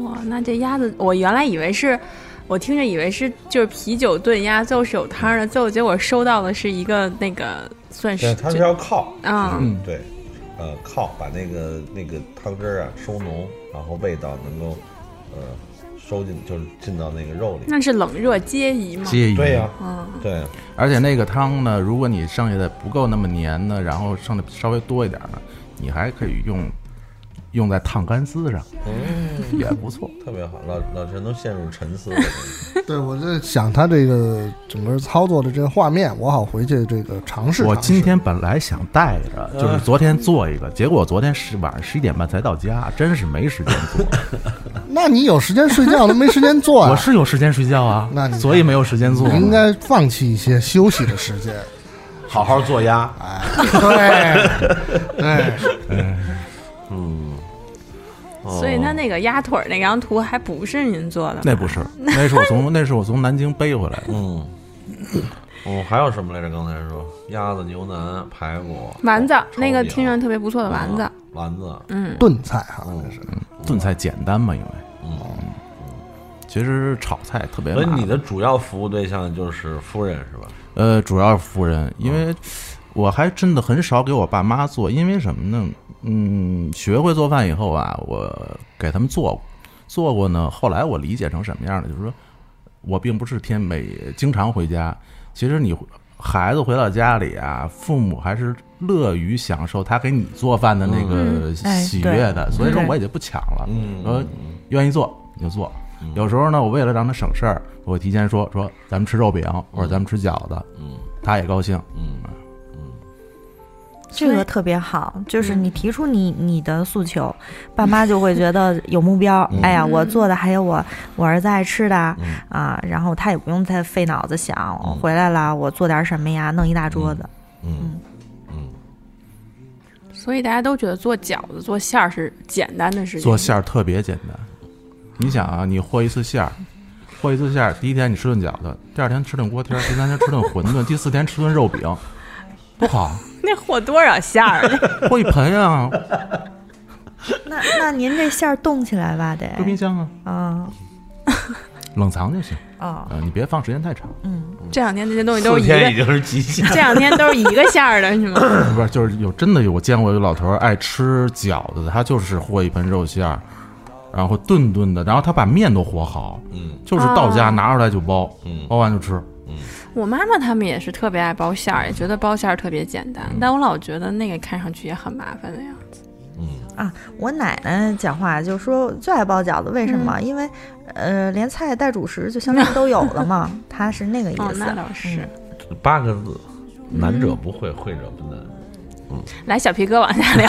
S2: 哇，那这鸭子，我原来以为是，我听着以为是就是啤酒炖鸭，最后是有汤儿的，最后结果收到的是一个那个算
S3: 对，
S2: 是
S3: 它是要靠，
S2: 啊，
S5: 嗯
S3: 对，呃，靠，把那个那个汤汁儿啊收浓，然后味道能够，呃，收进就是进到那个肉里。
S2: 那是冷热皆宜嘛。
S5: 介意
S3: 对呀、
S2: 嗯，
S3: 对呀、
S5: 而且那个汤呢，如果你剩下的不够那么黏呢，然后剩的稍微多一点呢，你还可以用用在烫干丝上，
S1: 哎
S3: 嗯，
S5: 也不错。
S3: 特别好，老老陈都陷入沉思了。
S1: 对我在想他这个整个操作的这个画面，我好回去这个尝试。
S5: 我
S1: 尝试
S5: 今天本来想带着，就是昨天做一个，结果昨天十晚上十一点半才到家，真是没时间 做。
S1: 那你有时间睡觉，那没时间做
S5: 我
S1: 啊。
S5: 是有时间睡觉啊，
S1: 那你
S5: 所以没有时间做
S1: 你
S5: 嘛。
S1: 应该放弃一些休息的时 间。
S3: 好好做鸭，
S1: 哎，对，对，
S3: 哦
S2: 所以它那个鸭腿儿那张图还不是您做的，
S5: 那不是，那是我从 那是我从南京背回来的。
S3: 嗯，哦，还有什么来着？刚才说鸭子、牛腩、排骨、
S2: 丸子
S3: 炒
S2: 那个
S3: 饼
S2: 听着特别不错的丸子嗯
S3: 啊，丸子，
S1: 炖菜哈，这是
S5: 炖菜简单嘛，因为
S3: 嗯，
S5: 其实炒菜特别
S3: 所以
S5: 麻
S3: 你
S5: 烦。
S3: 的主要服务对象就是夫人是吧？
S5: 呃，主要是夫人，因为我还真的很少给我爸妈做，因为什么呢？嗯，学会做饭以后啊，我给他们做过，做过呢。后来我理解成什么样的，就是说我并不是天每经常回家，其实你孩子回到家里啊，父母还是乐于享受他给你做饭的那个
S4: 哎
S5: 喜悦的，所以说我也就不抢了。
S3: 嗯
S5: 说愿意做你就做。有时候呢，我为了让他省事儿，我提前说说咱们吃肉饼或者咱们吃饺子，
S3: 嗯
S5: 他也高兴。
S3: 嗯
S4: 这个特别好，就是你提出你你的诉求，爸妈就会觉得有目标。
S5: 嗯
S4: 哎呀，我做的还有我我儿子爱吃的啊，然后他也不用再费脑子想
S5: 嗯
S4: 我回来了我做点什么呀，弄一大桌子。
S3: 嗯嗯
S2: 所以大家都觉得做饺子、做馅儿是简单的事情。
S5: 做馅儿特别简单，你想啊，你和一次馅儿，和一次馅儿，第一天你吃顿饺子，第二天吃顿锅贴儿，第三天吃顿馄饨，第四天吃顿肉饼，多好， 啊
S2: 那和多少馅儿啊？
S5: 和一盆呀，
S4: 那那您这馅儿冻起来吧，得
S5: 丢冰箱啊，
S4: 啊
S5: 冷藏就行。
S4: 哦，
S5: 呃，你别放时间太长，
S2: 这两天这些东西都
S3: 四
S2: 是一个
S3: 天已经是极限。
S2: 这两天都是一个馅儿的，是吗？
S5: 不是，就是有真的有，我见过有老头儿爱吃饺子的，他就是和一盆肉馅儿，然后炖炖的，然后他把面都和好，
S3: 嗯，
S5: 就是到家拿出来就包，
S3: 嗯
S5: 包完就吃。
S2: 我妈妈他们也是特别爱包馅儿，也觉得包馅儿特别简单，但我老觉得那个看上去也很麻烦的样子。
S4: 啊，我奶奶讲话就说最爱包饺子，为什么？因为呃，连菜带主食就相当于都有了 嘛，她是那个意
S2: 哦，
S4: 思
S2: 那。倒是，
S5: 嗯
S3: 八个字，难者不会，会者不难。
S2: 来，小皮哥往下 聊，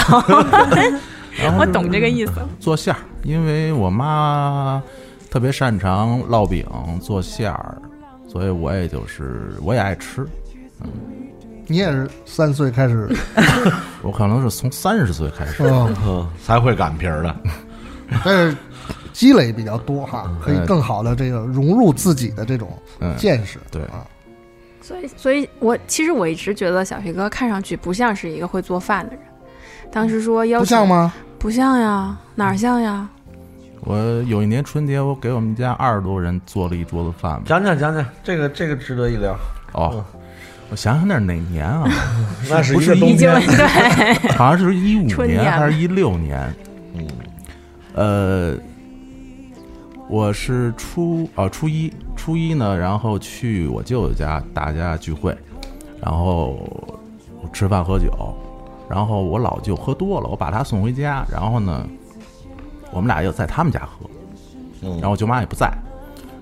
S5: 然后
S2: 我
S5: 就
S2: 懂
S5: 是
S2: 这个意思。
S5: 做馅儿，因为我妈特别擅长烙饼做馅儿，所以我也就是我也爱吃。
S1: 你也是三岁开始，
S5: 我可能是从三十岁开始，
S1: 嗯，
S3: 嗯，才会擀皮儿的。
S1: 但是积累比较多哈，可以更好的这个融入自己的这种
S5: 嗯，
S1: 见识。
S5: 对
S1: 啊，
S2: 所以，所以我其实我一直觉得小皮哥看上去不像是一个会做饭的人。当时说要
S1: 不
S2: 求
S1: 像？吗？
S2: 不像呀，哪儿像呀？
S5: 我有一年春节，我给我们家二十多人做了一桌子饭吧。
S3: 讲讲讲讲，这个这个嗯值得一聊。
S5: 哦，我想想那是哪年啊？
S3: 那是
S5: 不
S3: 一个
S5: 是
S3: 冬
S2: 已经
S3: 天，
S2: 对，
S5: 好像是一五
S2: 春年
S5: 年还是一六年？
S3: 嗯，
S5: 呃，我是初啊、初一，初一呢，然后去我舅舅家大家聚会，然后吃饭喝酒，然后我老舅喝多了，我把他送回家，然后呢，我们俩又在他们家喝，
S3: 嗯
S5: 然后我舅妈也不在，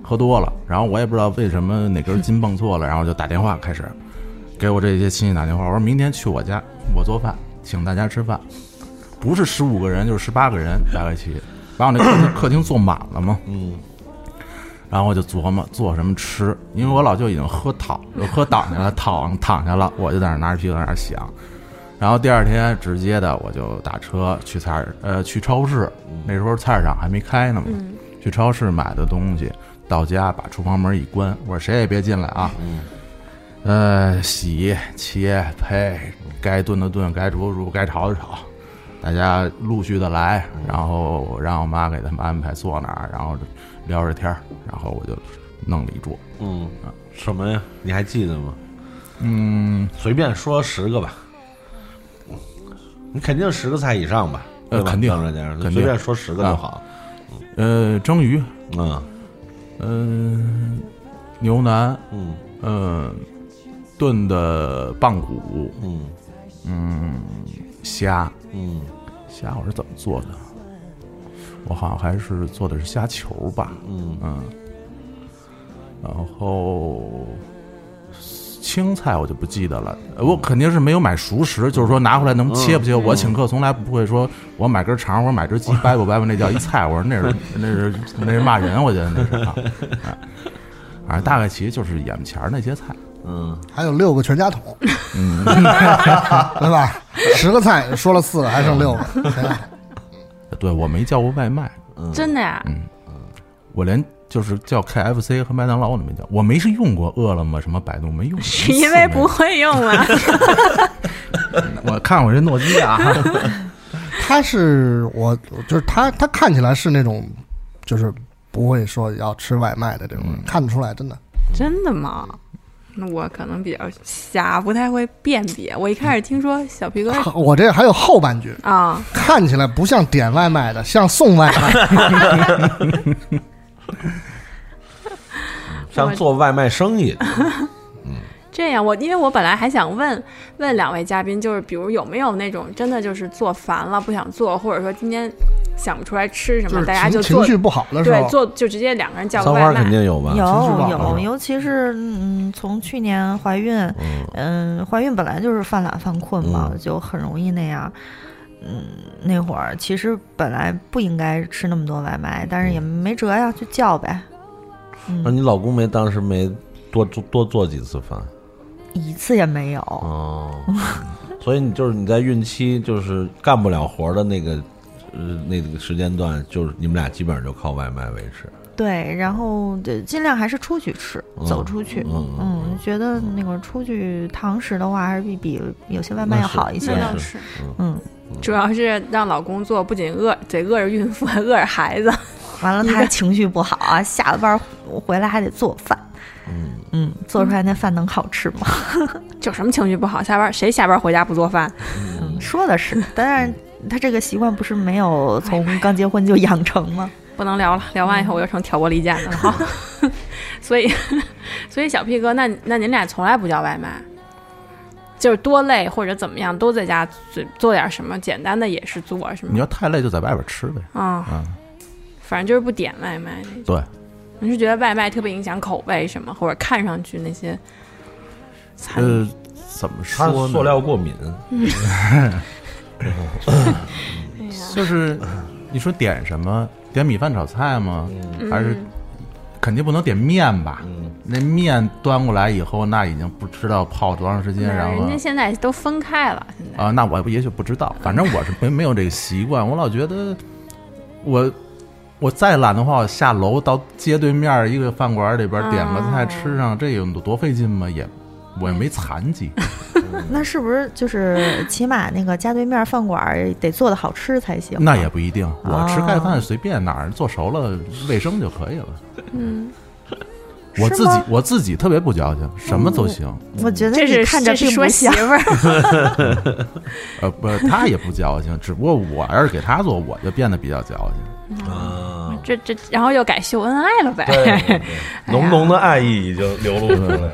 S5: 喝多了，然后我也不知道为什么哪根筋蹦错了，然后就打电话开始给我这些亲戚打电话，我说明天去我家，我做饭，请大家吃饭，不是十五个人就是十八个人大概齐，把我那客厅客厅坐满了嘛，嗯，然后我就琢磨做什么吃，因为我老舅已经喝躺喝躺下了，躺躺下了，我就在那儿拿着啤酒在那儿想。然后第二天直接的我就打车去菜市呃去超市，那时候菜市场还没开呢嘛，去超市买的东西，到家把厨房门一关，我说谁也别进来啊。呃，洗、切、配，该炖的炖，该煮的煮，该炒的炒，大家陆续的来，然后我让我妈给他们安排坐哪儿，然后聊着天儿，然后我就弄了一桌。
S3: 嗯，什么呀？你还记得吗？
S5: 嗯，
S3: 随便说十个吧，你肯定十个菜以上吧？
S5: 呃
S3: 对吧
S5: 肯定
S3: 当然这样
S5: 肯定啊
S3: 随便说十个就好。
S5: 呃，蒸鱼，
S3: 嗯
S5: 嗯、牛腩，
S3: 嗯
S5: 嗯、炖的棒骨，
S3: 嗯
S5: 虾，
S3: 嗯
S5: 虾我是怎么做的？我好像还是做的是虾球吧，
S3: 嗯
S5: 嗯，然后青菜我就不记得了，呃我肯定是没有买熟食，就是说拿回来能切不切。我请客从来不会说我买根肠，我买只鸡掰吧掰吧，那叫一菜。我说那是那是那是骂人，我觉得那是啊。啊反正大概其实就是眼前儿那些菜，
S3: 嗯，
S1: 还有六个全家桶，
S2: 嗯
S1: 对吧？十个菜说了四个，还剩六
S2: 嗯
S1: 个，谁来？
S5: 对我没叫过外卖，
S2: 真的呀，
S5: 我连就是叫 KFC 和麦当劳我都没叫，我没是用过饿了么什么百度没用过，
S2: 是
S5: 一次
S2: 因为
S5: 没
S2: 不会用吗？
S5: 我看我这诺基亚，
S1: 他是我，就是他，他看起来是那种，就是不会说要吃外卖的这种
S2: 嗯
S1: 人，看得出来，真的。
S2: 真的吗？那我可能比较瞎，不太会辨别。我一开始听说小皮哥是
S1: 我这还有后半句，
S2: 啊，
S1: 看起来不像点外卖的，像送外 卖。
S3: 像做外卖生意的，
S2: 这样，我因为我本来还想问问两位嘉宾，就是比如有没有那种真的就是做烦了不想做，或者说今天想不出来吃什
S1: 就
S2: 么，
S1: 是
S2: 大家
S1: 情
S2: 就
S1: 情
S2: 做
S1: 绪不好的时
S2: 对
S1: 候，
S2: 做就直接两个人叫个
S3: 三
S2: 外
S3: 花肯
S2: 卖。
S3: 定有吧？
S1: 不
S4: 有
S1: 好
S4: 有，
S1: 是
S4: 尤其是嗯，从去年怀孕，嗯，怀孕本来就是犯懒犯困嘛，
S3: 嗯
S4: 就很容易那样。嗯，那会儿其实本来不应该吃那么多外卖，但是也没辙呀，就叫呗。
S3: 那
S4: 嗯，
S3: 你老公没当时没多做多做几次饭
S4: 一次也没有。
S3: 哦，所以你就是你在孕期就是干不了活的那个。呃，那个时间段就是你们俩基本上就靠外卖维持，
S4: 对，然后对尽量还是出去吃，走出去。
S3: 嗯嗯
S4: 嗯，觉得那个出去堂食的话，还是比比有些外卖
S3: 那
S4: 要
S3: 是
S4: 好一些
S2: 那
S3: 对。
S2: 倒是，
S4: 嗯，
S2: 主要是让老公做，不仅饿得饿着孕妇， 还饿着孩子。
S4: 完了
S2: 一
S4: 他
S2: 个
S4: 还情绪不好啊，下了班儿回来还得做饭。
S3: 嗯，
S4: 嗯，做出来那饭能好吃吗？
S2: 有什么情绪不好？下班谁下班回家不做饭？
S4: 嗯，说的是，但是他这个习惯不是没
S2: 哎
S4: 有从刚结婚就养成吗？
S2: 不能聊了，聊完以后我又成挑拨离间
S5: 嗯
S2: 的了。哈。 所以， 所以小屁哥，那那您俩从来不叫外卖，就是多累或者怎么样，都在家做做点什么简单的也是做，是
S5: 你
S2: 吗？
S5: 要太累就在外边吃呗。
S2: 啊、
S5: 嗯
S2: 反正就是不点外卖。
S5: 对，
S2: 你是觉得外卖特别影响口味什么，或者看上去那些餐？
S5: 呃，怎么
S3: 他
S5: 说呢？
S3: 塑料过敏，
S2: 哎呀，
S5: 就是你说点什么？点米饭炒菜吗？
S2: 嗯
S5: 还是肯定不能点面吧？那面端过来以后，那已经不知道泡多长时间，然后
S2: 人家现在都分开了，现在
S5: 啊、那我也许不知道，反正我是没没有这个习惯，我老觉得我我再懒的话，我下楼到街对面一个饭馆里边点
S4: 啊
S5: 个菜
S2: 哦
S5: 吃上，这有多费劲吗？也我也没残疾，
S4: 嗯那是不是就是起码那个家对面饭馆儿得做的好吃才行？啊
S5: 那也不一定。我吃盖
S4: 哦
S5: 饭随便哪儿做熟了卫生就可以了。
S2: 嗯，
S4: 是
S5: 我自己
S4: 吗嗯
S5: 我自己特别不矫情，什么都行。
S4: 我觉得
S2: 这是
S4: 你看着
S2: 这是
S4: 并不
S2: 说媳
S4: 像。
S2: 妇儿，
S5: 呃，不，他也不矫情，只不过我要是给他做，我就变得比较矫情。
S3: 啊，
S2: 这这然后又改秀恩爱了
S3: 对
S2: 呗，
S3: 对对浓浓的爱意已经流露出来了。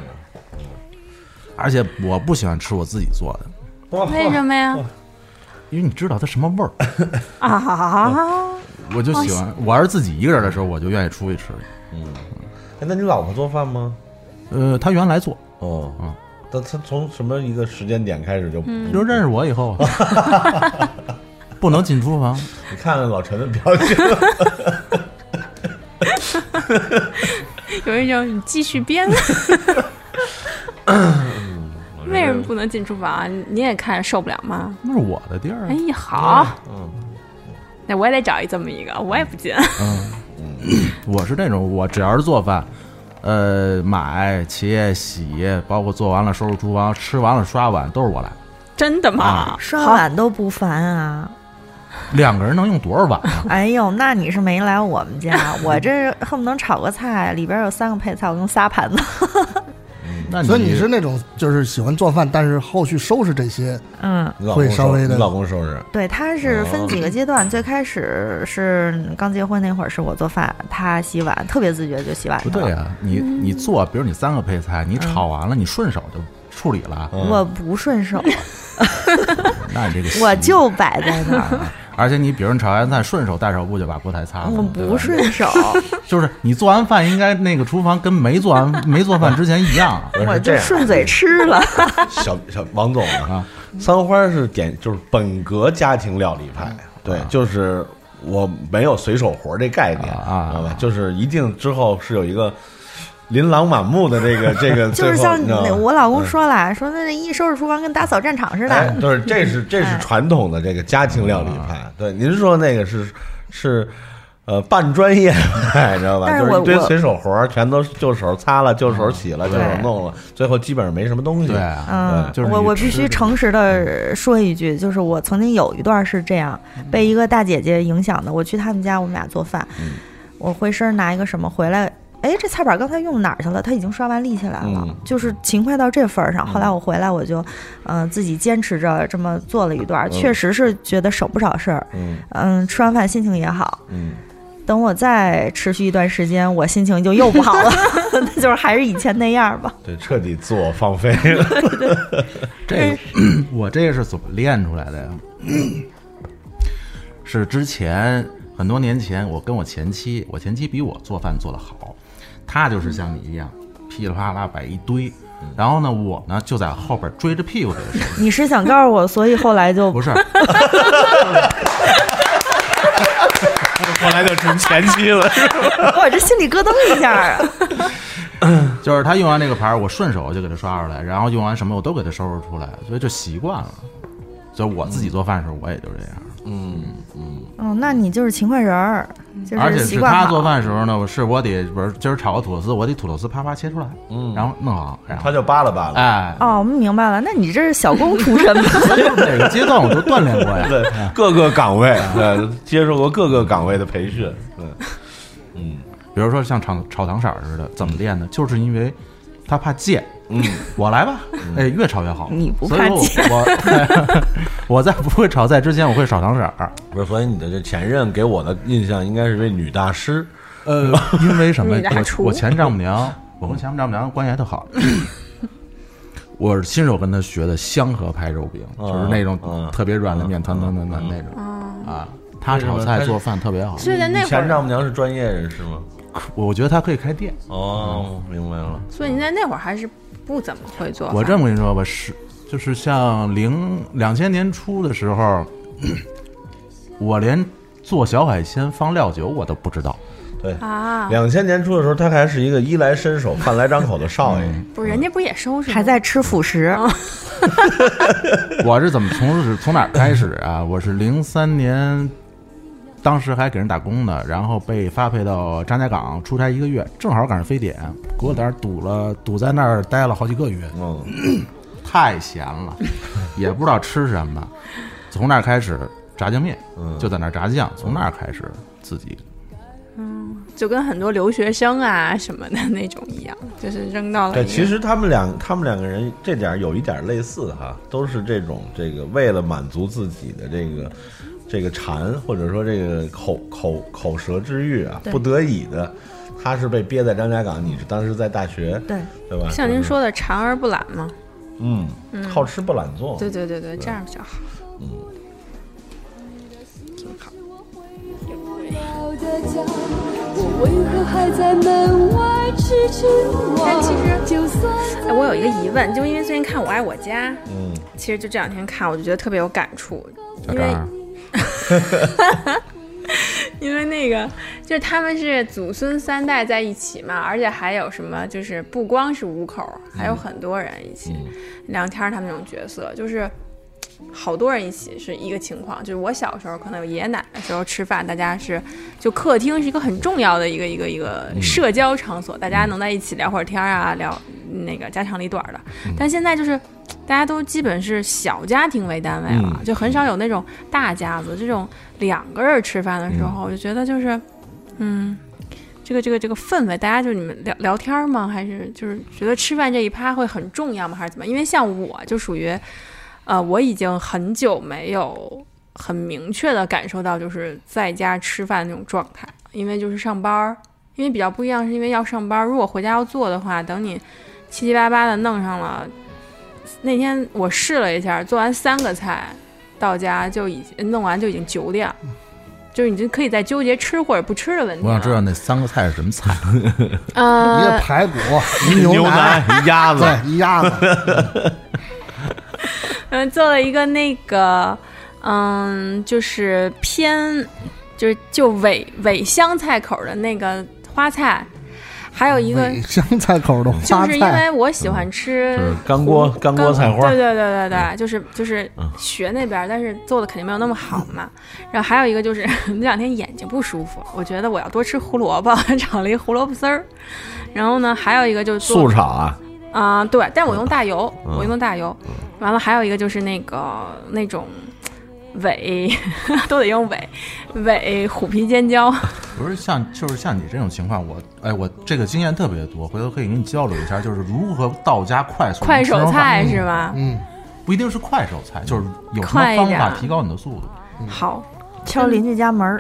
S5: 而且我不喜欢吃我自己做的，
S3: 哇
S2: 为什么呀？
S5: 因为你知道它什么味儿。
S2: 啊，
S5: 我就
S4: 哦
S5: 喜欢，我要是自己一个人的时候，我就愿意出去吃。
S3: 哎，那你老婆做饭吗？
S5: 呃，他原来做，
S3: 哦
S5: 嗯，
S3: 但她从什么一个时间点开始就不
S2: 嗯
S4: 嗯
S5: 就认识我以 后，不能进厨房。
S3: 你看看老陈的表情，
S2: 有一种你继续编，
S3: 嗯
S2: 为什么不能进厨房啊？你也看着受不了吗？
S5: 那是我的地儿啊
S2: 哎，呀，好，
S3: 嗯，
S2: 那我也得找一这么一个，我也不进。
S5: 我是那种我只要是做饭，呃，买、切、洗，包括做完了收拾厨房，吃完了刷碗都是我来。
S2: 真的吗
S5: 啊？
S4: 刷碗都不烦啊！
S5: 两个人能用多少碗 啊？
S4: 哎呦，那你是没来我们家，我这恨不能炒个菜，里边有三个配菜，我用仨盘子。
S5: 那
S1: 所以你是那种就是喜欢做饭，但是后续收拾这些，
S4: 嗯，
S3: 你老公
S1: 会稍微
S3: 收
S1: 的
S3: 你老公收拾，
S4: 对，他是分几个阶段，最开始是嗯刚结婚那会儿是我做饭，他洗碗，特别自觉就洗碗去
S5: 不
S4: 了。
S5: 对啊，你你做，比如你三个配菜，你炒完了，你顺手就处理了，
S3: 嗯
S4: 我不顺手，
S5: 那你这个
S4: 我
S5: 习
S4: 就摆在那 儿，
S5: 惯 而且你比如你炒完菜，顺手带手不就把锅台
S3: 啊
S5: 擦了吗？
S4: 我
S5: 对吧
S4: 不顺手，
S5: 就是你做完饭应该那个厨房跟没做完 没做饭之前一样，啊
S4: 我
S3: 是
S4: 就
S3: 这样。
S4: 顺嘴吃了。
S3: 小小王总啊，三花是典就是本格家庭料理
S5: 嗯
S3: 派，对，就是我没有随手活这概念，
S5: 啊
S3: 知道吧？就是一定之后是有一个琳琅满目的这 个这个，
S4: 就是像
S3: 最后嗯你知
S4: 那
S3: 道吗
S4: 我老公说了，说那一收拾厨房跟打扫战场似
S3: 哎
S4: 的，，
S3: 就是这 是这
S4: 哎
S3: 是传统的这个家庭料理
S5: 啊
S3: 派，对，您说那个是是。呃，半专业 派，知道吧？
S4: 但
S3: 就是是
S4: 我
S3: 一堆
S4: 我
S3: 随手活儿，全都是就手擦了，就手洗了，就手
S4: 对
S3: 弄了，最后基本上没什么东西。
S5: 嗯对啊，
S4: 嗯，
S5: 就是
S4: 我
S5: 你
S4: 我
S5: 吃
S4: 必须
S5: 的
S4: 诚实的说一句，就是我曾经有一段是这样，
S5: 嗯
S4: 被一个大姐姐影响的。我去他们家，我们俩做饭，
S5: 嗯
S4: 我回身拿一个什么回来，哎，这菜板刚才用哪儿去了？他已经刷完立起来了，
S3: 嗯
S4: 就是勤快到这份儿上。后来我回来，我就，嗯、自己坚持着这么做了一
S5: 嗯
S4: 段，确实是觉得省不少事儿。
S3: 嗯
S4: 嗯，吃完饭心情也好。
S3: 嗯，
S4: 等我再持续一段时间，我心情就又不好了， 那就是还是以前那样吧。
S3: 对，彻底自我放飞了。
S5: 这个我这个是怎么练出来的呀？ 是之前很多年前，我跟我前妻，我前妻比我做饭做得好，她就是像你一样噼里啪啦摆一堆，
S4: 嗯
S5: 然后呢，我呢就在后边追着屁股给她收拾，
S4: 你是想告诉我，所以后来就
S5: 不是。
S3: 后来就成前妻 了。
S4: 我这心里咯噔一下啊！
S5: 就是他用完这个盘儿，我顺手就给他刷出来，然后用完什么我都给他收拾出来，所以就习惯了。就我自己做饭的时候，我也就这样。
S4: 哦，那你就是勤快人儿，就
S5: 而且
S4: 习
S5: 是
S4: 惯
S5: 他
S4: 好。
S5: 做饭的时候呢，我是我得，比如今儿炒个土豆丝，我得土豆丝啪啪切出来，然后弄好，然
S3: 嗯他
S5: 后
S3: 就扒拉扒拉。
S5: 哎，
S4: 哦，我们明白了，那你这是小工出身吧？
S5: 每个阶段我都锻炼过呀。
S3: 对，各个岗位，对，接受过各个岗位的培训，嗯嗯
S5: 比如说像炒炒糖色儿似的，怎么练呢？就是因为他怕溅，
S3: 嗯，
S5: 我来吧，哎，越炒越好。
S2: 你不
S5: 所以
S2: 怕
S5: 我
S2: 溅
S5: 我我在不会炒菜之前，我会炒糖色儿。
S3: 不是，所以你的这前任给我的印象应该是位女大师，
S5: 呃， 因为什么
S2: 你俩？
S5: 我
S2: 厨
S5: 我前丈母娘， 我跟前丈母娘关系还特好。我是亲手跟她学的香河拍肉饼，就是那
S3: 嗯
S5: 种特别软的面团团团团那种啊。她炒菜做饭特别好，
S2: 所以在那
S3: 你
S2: 会
S3: 前
S2: 儿，
S3: 丈母娘是专业人士吗？
S5: 我觉得她可以开店。
S3: 哦，明白了，
S2: 所以你在那会儿还是不怎么会做饭。
S5: 我这么跟你说吧，十就是像零两千年初的时候， 我连做小海鲜放料酒我都不知道。
S3: 对，
S2: 啊，
S3: 两千年初的时候，他还是一个衣来伸手、饭来张口的少爷。
S2: 不是人家不也收拾吗
S4: 还在吃辅食，
S5: 我是怎么从是从哪儿开始啊？我是零三年，当时还给人打工呢，然后被发配到张家港出差一个月，正好赶上非典，给我在那儿堵了，堵在那儿待了好几个月，
S3: 嗯，
S5: 太闲 了，也不知道吃什么。从那儿开始炸酱面，
S3: 嗯
S5: 就在那儿炸酱，从那儿开始自己
S2: 就跟很多留学生啊什么的那种一样，就是扔到了
S3: 对，
S2: 一个
S3: 其实他们两他们两个人这点儿有一点儿类似哈，都是这种这个为了满足自己的这个这个馋或者说这个口口口舌之欲啊，
S4: 对
S3: 不得已的，他是被憋在张家港，你是当时在大学，
S4: 对，
S3: 对吧？
S2: 像
S3: 就
S2: 您
S3: 是，
S2: 说的“馋而不懒”嘛，
S3: 嗯，好吃不懒做，
S2: 对对对对，这样比较好。
S6: 我的家，我为何还在门外痴痴望？
S2: 但其实
S6: 就算
S2: 哎，我有一个疑问，就因为最近看《我爱我家》，
S3: 嗯，
S2: 其实就这两天看，我就觉得特别有感触，
S5: 小
S2: 因
S5: 张
S2: 为
S5: 儿。
S2: 因为那个就是他们是祖孙三代在一起嘛，而且还有什么就是不光是五口，还有很多人一起、聊天，他们那种角色就是。好多人一起是一个情况，就是我小时候可能有爷爷奶奶的时候吃饭，大家是就客厅是一个很重要的一个一个一个社交场所，大家能在一起聊会儿天儿啊，聊那个家长里短儿的。但现在就是大家都基本是小家庭为单位了，就很少有那种大家子。这种两个人吃饭的时候，我就觉得就是，嗯，这个这个这个氛围，大家就是你们聊聊天吗？还是就是觉得吃饭这一趴会很重要吗？还是怎么样？因为像我就属于，呃，我已经很久没有很明确的感受到就是在家吃饭那种状态，因为就是上班儿，因为比较不一样，是因为要上班儿。如果回家要做的话，等你七七八八的弄上了。那天我试了一下，做完三个菜，到家就已经弄完就已经九点了，就是已经可以在纠结吃或者不吃的问题
S5: 我
S2: 了。
S5: 想知道那三个菜是什么菜？
S1: 一个
S2: 呃，
S1: 排 骨，一牛腩，
S3: 一 鸭子，
S1: 对，一鸭子，
S2: 嗯，做了一个那个，嗯，就是偏，就是就伪伪湘菜口的那个花菜，还有一个
S1: 美湘哎菜口的
S2: 就
S1: 花
S2: 是因
S1: 菜，
S2: 为我喜欢吃
S3: 就是干锅干锅菜花
S2: 嗯对，对对对对，就是就是
S3: 嗯
S2: 学那边儿，但是做的肯定没有那么好嘛。然后还有一个就是 这两天眼睛不舒服，我觉得我要多吃胡萝卜， 炒了一胡萝卜丝儿。然后呢，还有一个就是做
S3: 素炒啊，
S2: 啊、对，但我用大油，
S3: 嗯
S2: 我用大油。完了，还有一个就是那个那种尾， 都得用尾尾虎皮尖椒。
S5: 不是像就是像你这种情况，我哎我这个经验特别多，回头可以跟你交流一下，就是如何到家快速
S2: 快
S5: 能
S2: 手
S5: 吃上
S2: 菜
S5: 饭
S2: 是吧？
S1: 嗯，
S5: 不一定是快手菜，就是有什
S2: 快
S5: 么
S2: 一
S5: 方
S2: 点
S5: 法
S2: 儿
S5: 提高你的速度。
S2: 好，
S4: 敲邻居家门儿，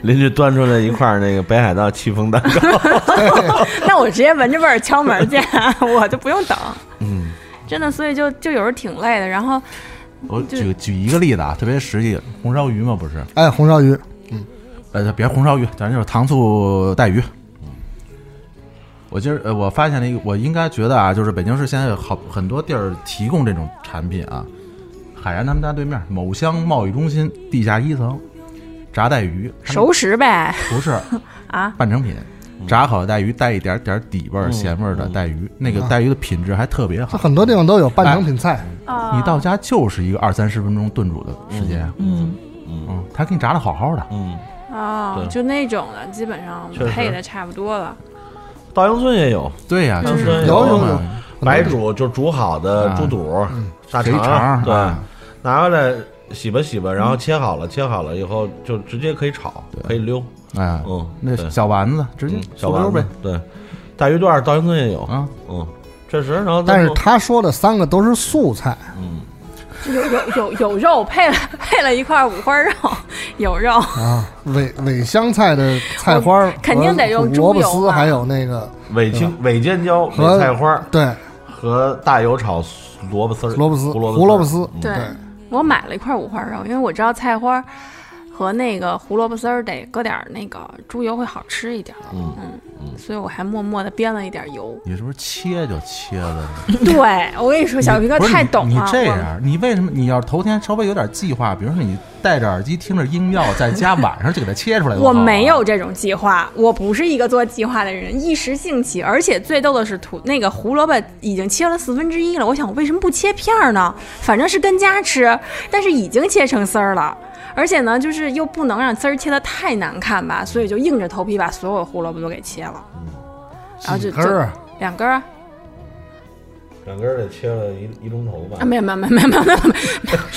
S3: 邻居端出来一块儿那个北海道戚风 蛋糕，
S2: 那我直接闻着味儿敲门去，啊 我就不用等。嗯， 真的，所以就就有时候挺累的。然后嗯
S5: 我举举一个例子啊，特别实际，红烧鱼嘛不是，
S1: 哎，红烧鱼，
S5: 呃，别红烧鱼，咱就是糖醋带鱼。我今儿呃，我发现了一个，我应该觉得啊，就是北京市现在有好很多地儿提供这种产品啊。海然他们家对面某乡贸易中心地下一层，炸带鱼，他们
S2: 熟食 呗，
S5: 不是
S2: 啊，
S5: 半成品，炸好的带鱼带一点点底味儿、咸味儿的带鱼，那个带鱼的品质还特别
S1: 这
S5: 好。
S1: 很多地方都有半成品
S2: 哎
S1: 菜，
S2: 啊
S5: 你到家就是一个二三十分钟炖煮的时间，啊
S4: 嗯，
S5: 嗯，他给你炸的好好的，
S3: 嗯，
S2: 哦
S3: 对，
S2: 就那种的，基本上
S3: 确实
S2: 配的差不多了。
S3: 稻香村也有，
S5: 对呀，就是
S3: 嗯
S1: 有有
S5: 嘛
S1: 有，
S3: 白煮就煮好
S1: 啊
S3: 的猪肚、
S1: 嗯
S3: 大
S5: 肥肠
S3: 对
S5: 啊，
S3: 拿回来洗吧洗吧，然
S1: 嗯
S3: 后切好了，切好了以后就直接可以炒，可以溜，
S5: 哎，
S1: 啊
S3: 嗯，
S5: 那
S3: 对
S5: 小丸子直接
S3: 嗯小
S5: 素溜
S3: 丸
S5: 呗
S3: 子，对，大鱼段儿稻香村也有，
S5: 啊，
S3: 嗯，确实，然后再
S1: 但是
S3: 弄
S1: 他说的三个都是素菜，
S2: 有有有有肉，配了 配了一块五花肉，有肉。
S1: 啊，伪伪湘菜的菜花儿
S2: 肯定得用
S1: 和胡
S2: 猪
S1: 萝卜
S2: 油
S1: 丝，
S2: 吧
S1: 还有那个
S3: 尾青尾尖椒、
S1: 和
S3: 尾菜花儿
S1: 对
S3: 和大油炒萝卜丝儿、
S1: 萝卜丝、
S3: 胡萝
S1: 胡萝卜
S3: 丝嗯
S1: 丝
S3: 儿，，
S2: 对，我买了一块五花肉，因为我知道菜花儿和那个胡萝卜丝儿得搁点儿那个猪油会好吃一点儿。
S3: 嗯
S2: 嗯，
S3: 嗯
S2: 所以我还默默的编了一点油。
S5: 你是不是切就切了？
S2: 对，我跟你说， 小皮哥
S5: 不是
S2: 太
S5: 你
S2: 懂了。
S5: 你这
S2: 我
S5: 样，你为什么？你要是头天稍微有点计划，比如说你戴着耳机听着音乐，在家晚上就给它切出来。
S2: 我没有，这种计划，我不是一个做计划的人，一时兴起。而且最逗的是土，那个胡萝卜已经切了四分之一了，我想我为什么不切片儿呢？反正是跟家吃，但是已经切成丝儿了。而且呢，就是又不能让丝儿切的太难看吧，所以就硬着头皮把所有胡萝卜都给切了，然后就
S1: 几根儿啊，
S2: 就两根儿啊
S3: 两根儿得切了一一钟头吧
S2: 啊，。没有没有没有没有没有没有，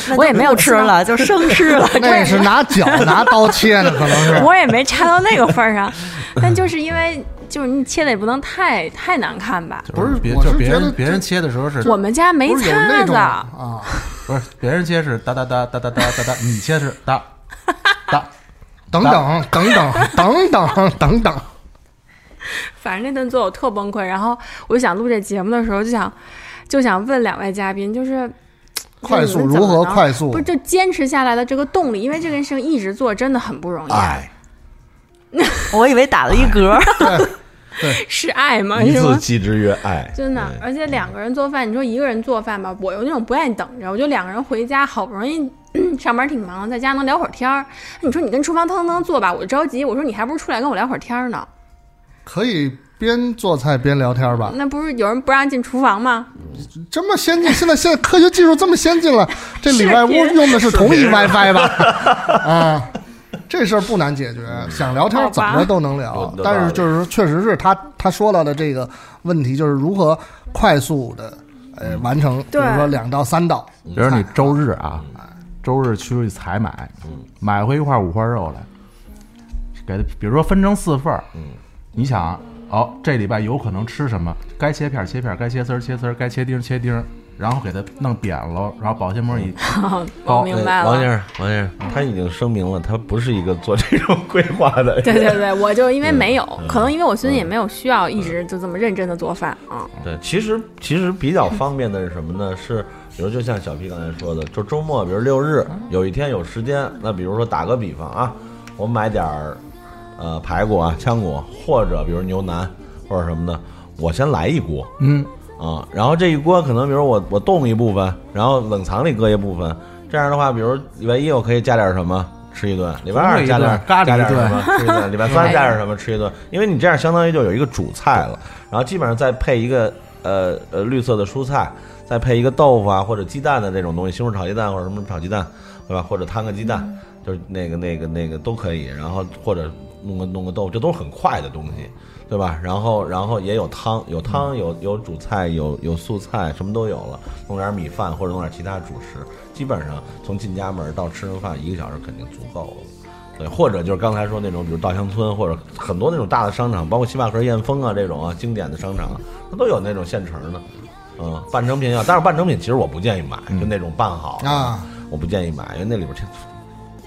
S4: 那
S2: 我也
S4: 就
S2: 没有
S4: 不吃
S2: 吃
S4: 了，就生吃 了。
S1: 那是拿脚拿刀切的，可能是。
S2: 我也没差到那个份儿上，但就是因为就是你切的也不能太太难看吧。
S5: 不
S1: 不是
S5: 别
S1: 我
S5: 就是别
S1: 觉得
S5: 人别人
S1: 这
S5: 切的时候是，
S2: 我们家没
S1: 不是有
S2: 叉
S1: 那
S2: 子
S1: 种，啊，
S5: 不是别人切是哒哒哒哒哒哒哒哒，你切是哒哒。
S1: 等等等等等等等等，
S2: 反正那顿做我特崩溃。然后我就想录这节目的时候，就想就想问两位嘉宾，就是
S1: 快速
S2: 你们怎
S1: 如
S2: 么
S1: 何
S2: 能
S1: 快速
S2: 不是，就坚持下来的这个动力，因为这件事情一直做真的很不容易，
S5: 哎，
S4: 我以为打了一嗝，
S2: 是爱吗？
S3: 一
S2: 是
S3: 字
S2: 吗？
S3: 记之哎曰爱，
S2: 真的，
S3: 对嗯
S2: 而且两个人做饭，你说一个人做饭吧，我有那种不愿意等着，我就两个人回家，好不容易 嗯上班挺忙，在家能聊会儿天儿。哎你说你跟厨房腾腾腾做吧，我着急，我说你还不如出来跟我聊会儿天儿呢。
S1: 可以边做菜边聊天吧？
S2: 那不是有人不让进厨房吗？
S1: 这么先进，现在现在科学技术这么先进了，这里外屋用的是同一 WiFi 吧？啊，这事儿不难解决，想聊天怎么着都能
S3: 好
S1: 聊
S3: 吧。
S1: 但是就是说确实是他他说到的这个问题，就是如何快速的呃完成，比
S2: 对
S1: 如说两到三道嗯菜，
S5: 比如你周日啊，周日去采买，买回一块五花肉来，给它，比如说分成四份儿，你想，哦，这礼拜有可能吃什么？该切片儿切片儿，该切丝儿切丝儿，该切丁儿切丁儿，然后给它弄扁喽，然后保鲜膜一
S2: 我
S5: 高
S2: 明
S3: 哦对
S2: 白
S3: 王先
S2: 了。
S3: 生，王先生，他已经声明了，他不是一个做这种规划的人。
S2: 对对对，我就因
S3: 嗯
S2: 为没有，可能因为我最近也没有需要一直就这么认真的做饭啊。
S3: 对，其实其实比较方便的是什么呢？ 是比如就像小 P 刚才说的，就周末，比如六日有一天有时间，那比如说打个比方啊，我买点儿呃排骨啊、腔骨，或者比如牛腩或者什么的，我先来一锅，
S5: 嗯，
S3: 啊，然后这一锅可能比如我我冻一部分，然后冷藏里搁一部分，这样的话，比如礼拜一我可以加点什么。吃一顿，礼拜二加点儿
S5: 咖喱
S3: 加点儿
S5: 一顿
S3: 什么吃一顿，礼拜三加点儿什么吃一顿，因为你这样相当于就有一个主菜了，然后基本上再配一个呃呃绿色的蔬菜，再配一个豆腐啊或者鸡蛋的这种东西，西红柿炒鸡蛋或者什么炒鸡蛋，对吧？或者摊个鸡蛋，就是那个那个那个都可以，然后或者弄个弄个豆腐，这都是很快的东西，对吧？然后然后也有汤，有汤有有主菜，有有素菜，什么都有了，弄点米饭或者弄点其他主食，基本上从进家门到吃上饭一个小时肯定足够了。对，或者就是刚才说那种，比如稻香村，或者很多那种大的商场，包括星巴克、燕峰啊这种啊经典的商场啊，它都有那种现成的，嗯，半成品要，但是半成品其实我不建议买，就那种拌好的
S1: 啊，
S3: 我不建议买，因为那里边儿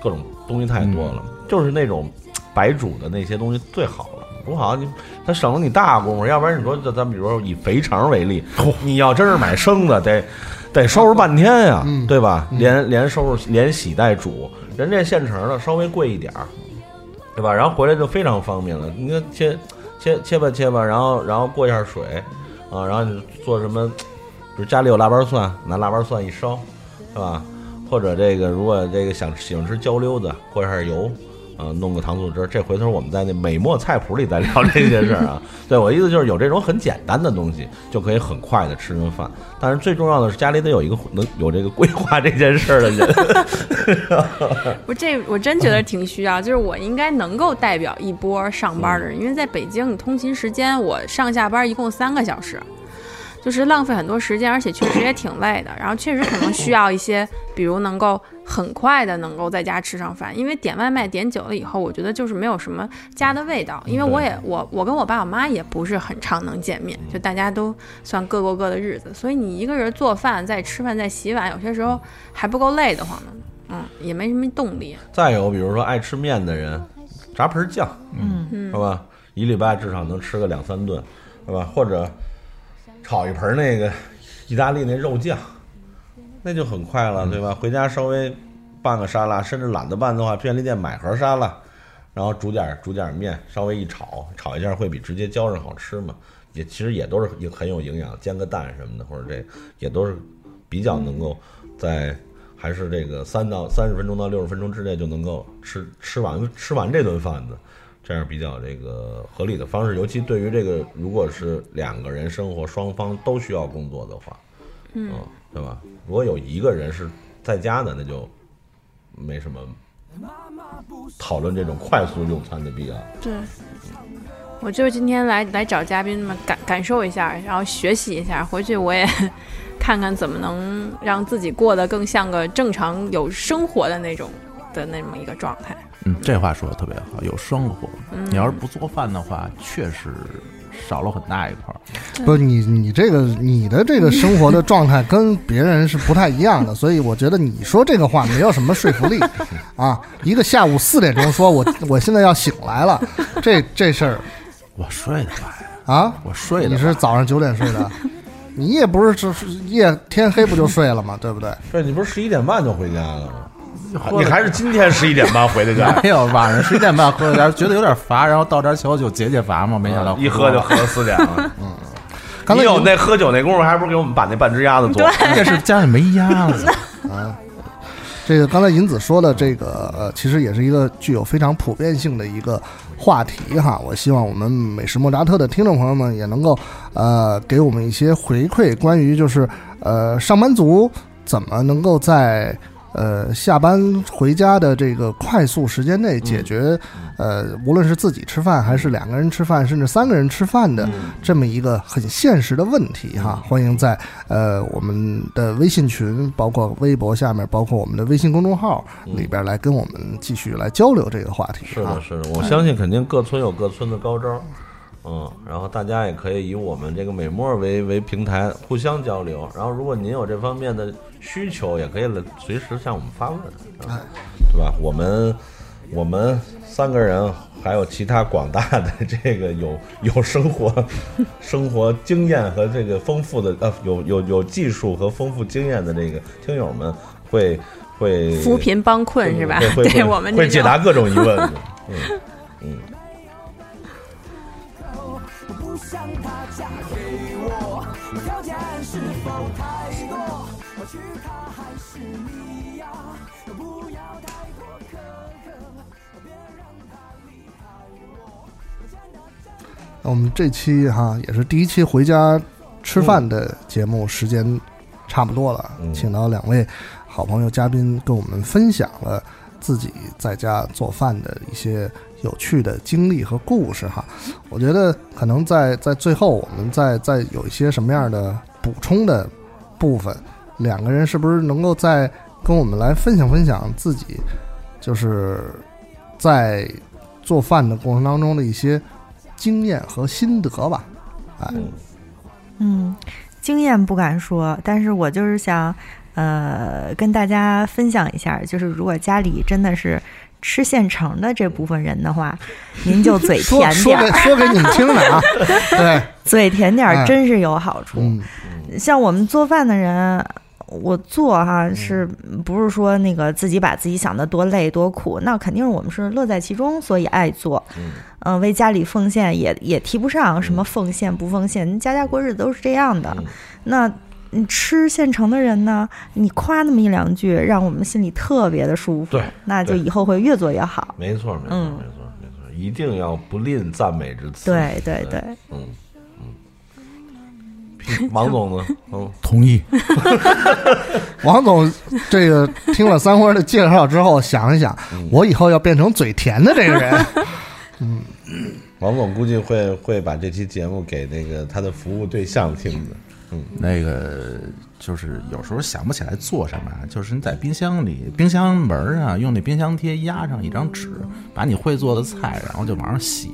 S3: 各种东西太多了，就是那种白煮的那些东西最好了。不好，你它省了你大功夫，要不然你说咱咱比如说以肥肠为例，你要真是买生的，得得收拾半天呀，对吧？连连收拾连洗带煮，人这现成的稍微贵一点儿，对吧？然后回来就非常方便了。你看切切切吧切吧，然后然后过一下水，啊，然后你做什么？比如家里有腊八蒜，拿腊八蒜一烧，是吧？或者这个如果这个想喜欢吃焦溜子，过一下油，啊，弄个糖醋汁儿。这回头我们在那美墨菜谱里再聊这些事儿啊。 对我意思就是有这种很简单的东西，就可以很快的吃顿饭。但是最重要的是家里得有一个能有这个规划这件事儿的人。
S2: 我这我真觉得挺需要，就是我应该能够代表一波上班的人，因为在北京，你通勤时间我上下班一共三个小时，就是浪费很多时间，而且确实也挺累的。然后确实可能需要一些，比如能够很快的能够在家吃上饭，因为点外卖点久了以后，我觉得就是没有什么家的味道。因为我也我我跟我爸我妈也不是很常能见面，就大家都算各过各的日子，所以你一个人做饭、再吃饭、再洗碗，有些时候还不够累得慌呢。嗯，也没什么动力。
S3: 再有，比如说爱吃面的人，炸盆儿酱，嗯，是吧？一礼拜至少能吃个两三顿，是吧？或者炒一盆儿那个意大利那肉酱，那就很快了，对吧？回家稍微拌个沙拉，甚至懒得拌的话，便利店买盒沙拉。然后煮点儿煮点儿面，稍微一炒，炒一下会比直接浇上好吃嘛。也其实也都是也很有营养，煎个蛋什么的，或者这也都是比较能够在还是这个三到三十分钟到六十分钟之内就能够吃吃完吃完这顿饭的，这样比较这个合理的方式。尤其对于这个如果是两个人生活，双方都需要工作的话，嗯，对吧？如果有一个人是在家的，那就没什么讨论这种快速用餐的必要。
S2: 对，我就是今天来来找嘉宾嘛，感感受一下，然后学习一下，回去我也 看看怎么能让自己过得更像个正常有生活的那种的那么一个状态。
S5: 嗯，这话说的特别好，有生活。你要是不做饭的话，确实少了很大一块儿。
S1: 不是你你这个你的这个生活的状态跟别人是不太一样的，所以我觉得你说这个话没有什么说服力啊。一个下午四点钟说我我现在要醒来了，这这事儿
S5: 我睡得晚呀，
S1: 啊，
S5: 我睡得
S1: 你
S5: 晚
S1: 是早上九点睡的，你也不是是夜天黑不就睡了吗？对不对？
S3: 对，你不是十一点半就回家了吗？你还是今天十一点半回的家？
S5: 没有哎晚上十点半喝了点儿，觉得有点乏，然后到这儿小酒解解乏嘛，没想到
S3: 嗯一喝
S5: 喝
S3: 就喝到四点了。
S1: 刚才
S3: 你有
S1: 你
S3: 那喝酒那功夫，还不如给我们把那半只鸭子做了。
S5: 这是家里没鸭子，
S1: 这个刚才银子说的这个，呃，其实也是一个具有非常普遍性的一个话题哈。我希望我们美食莫扎特的听众朋友们也能够，呃，给我们一些回馈，关于就是，呃，上班族怎么能够在呃下班回家的这个快速时间内解
S3: 嗯
S1: 决，呃，无论是自己吃饭还是两个人吃饭，甚至三个人吃饭
S3: 嗯
S1: 的这么一个很现实的问题哈。欢迎在呃我们的微信群，包括微博下面，包括我们的微信公众号里边来跟我们继续来交流这个话题
S3: 嗯是
S1: 啊
S3: 的，。是的，我相信肯定各村有各村的高招，嗯，然后大家也可以以我们这个美墨为为平台互相交流，然后如果您有这方面的需求，也可以来随时向我们发问，啊、对吧？我们我们三个人还有其他广大的这个有有生活生活经验和这个丰富的呃有有有技术和丰富经验的这个听友们会会
S2: 扶贫帮困是吧？
S3: 会会
S2: 对
S3: 会
S2: 我们这
S3: 会解
S2: 种
S3: 答各种疑问的。嗯嗯，
S6: 不想她嫁给我，条件是否太多？我娶她还是你呀？不要太过苛刻，别让她离开我。
S1: 那我们这期哈也是第一期回家吃饭的节目，时间差不多了，
S3: 嗯
S1: 请到两位好朋友嘉宾跟我们分享了自己在家做饭的一些有趣的经历和故事哈。我觉得可能在在最后，我们再再有一些什么样的补充的部分，两个人是不是能够再跟我们来分享分享自己就是在做饭的过程当中的一些经验和心得吧。哎，
S4: 嗯，经验不敢说，但是我就是想，呃，跟大家分享一下，就是如果家里真的是吃现成的这部分人的话，您就嘴
S1: 说
S4: 甜
S1: 说
S4: 点
S1: 给
S4: 儿，
S1: 说给你们听的 啊，对，
S4: 嘴甜点
S1: 哎
S4: 儿真是有好处。
S1: 嗯，
S4: 像我们做饭的人，我做哈、
S3: 嗯
S4: 是不是说那个自己把自己想的多累多苦？那肯定是我们是乐在其中，所以爱做。
S3: 嗯
S4: 嗯，为家里奉献也也提不上什么奉献不奉献，家家过日子都是这样的
S3: 嗯。
S4: 那你吃现成的人呢，你夸那么一两句，让我们心里特别的舒服
S3: 对，
S4: 那就
S3: 对
S4: 以后会越做越好。
S3: 没错，没错，
S4: 嗯
S3: 没错，没错，一定要不吝赞美之词。
S4: 对对对，
S3: 嗯嗯。 王总呢？嗯，
S5: 同意。
S1: 王总这个听了三花的介绍之后，想一想，
S3: 嗯
S1: 我以后要变成嘴甜的这个 人，
S3: 王总估计会会把这期节目给那个他的服务对象听的。
S5: 那个就是有时候想不起来做什么啊，就是你在冰箱里、冰箱门儿啊，用那冰箱贴压上一张纸，把你会做的菜，然后就往上写。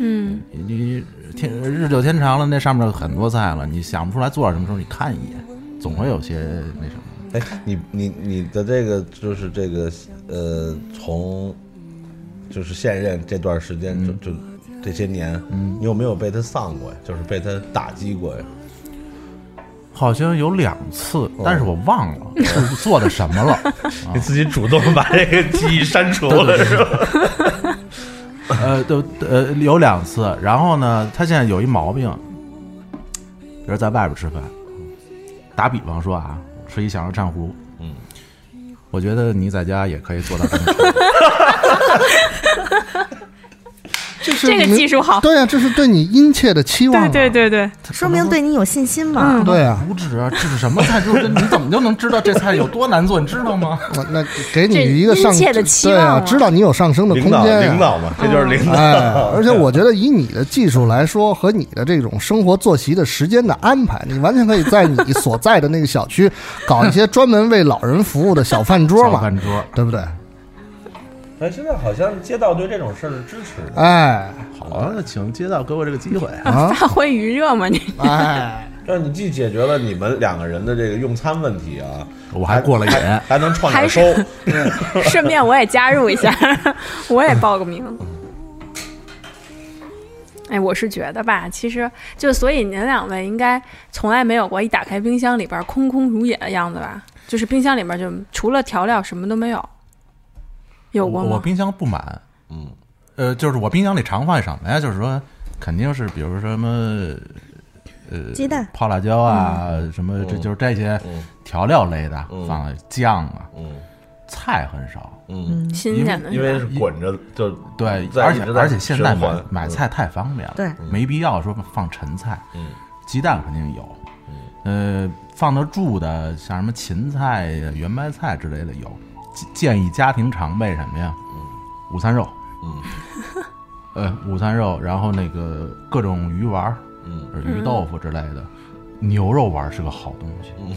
S5: 嗯，你天日久天长了，那上面有很多菜了，你想不出来做什么时候，你看一眼，总会有些那什么。
S3: 哎，你你你的这个就是这个呃，从就是现任这段时间就就这些年，你有没有被他丧过呀？就是被他打击过呀？
S5: 好像有两次，但是我忘了是做的
S3: 啊
S5: 什么了。
S3: 你自己主动把这个记忆删除
S5: 对对对
S3: 吧？
S5: 呃，都呃有两次。然后呢，他现在有一毛病，比如在外边吃饭，打比方说啊，吃一小时蘸糊，
S3: 嗯，
S5: 我觉得你在家也可以做到这种程 度。
S1: 这是
S2: 这个
S1: 你
S2: 技术好
S1: 对呀、这是对你殷切的期望、啊，
S2: 对对对对，
S4: 说明对你有信心嘛。
S2: 嗯
S1: 对啊，
S5: 图纸啊，这是什么菜？就是你怎么就能知道这菜有多难做？你知道吗？
S1: 我那给你
S2: 这
S1: 一个上
S2: 殷切的期
S1: 对
S2: 望
S1: 啊，
S2: 啊
S1: 知道你有上升的空
S3: 领导
S1: 间、啊
S3: 领。导嘛，这就是 领导。
S1: 哎， 而且我觉得以你的技术来说，和你的这种生活作息的时间的安排，你完全可以在你所在的那个小区搞一些专门为老人服务的小饭桌
S5: 小
S1: 嘛，
S5: 饭桌，
S1: 对不对？
S3: 哎，现在好像街道对这种事儿是支持的。
S1: 哎
S5: 好啊，请街道给我这个机会。
S1: 啊
S2: 发挥余热嘛，你
S1: 哎，
S3: 让你既解决了你们两个人的这个用餐问题啊，
S5: 我还过了瘾，
S1: 哎
S3: 还还能创点收。
S2: 顺便我也加入一下， 我也报个名。哎，我是觉得吧，其实就所以您两位应该从来没有过一打开冰箱里边空空如也的样子吧？就是冰箱里边就除了调料什么都没有，有过
S5: 我我
S2: 吗？
S5: 冰箱不满，
S3: 嗯，
S5: 呃，就是我冰箱里常放什么呀？就是说，肯定是比如说什么，呃，
S4: 鸡蛋、
S5: 泡辣椒啊，什么这
S3: 嗯嗯
S5: 就是这些
S3: 嗯
S5: 调料类的，
S3: 嗯
S5: 放了酱啊，
S3: 嗯
S5: 菜很少。
S3: 嗯，
S2: 新鲜的
S3: 因为
S2: 是
S3: 是
S2: 吧
S3: 滚着就
S5: 对，
S3: 嗯在
S5: 而
S3: 一
S5: 且
S3: 直在
S5: 而且现在
S3: 循
S5: 买
S3: 环
S5: 买菜太方便了，
S4: 对，
S5: 没必要说放陈菜，
S3: 嗯
S5: 鸡蛋肯定有，呃，放得住的像什么芹菜、圆白菜之类的有。建建议家庭常备什么呀？午餐肉，
S3: 嗯
S5: 呃，午餐肉，然后那个各种鱼丸儿、
S3: 嗯
S5: 呃鱼豆腐之类的，牛肉丸儿是个好东西，
S3: 嗯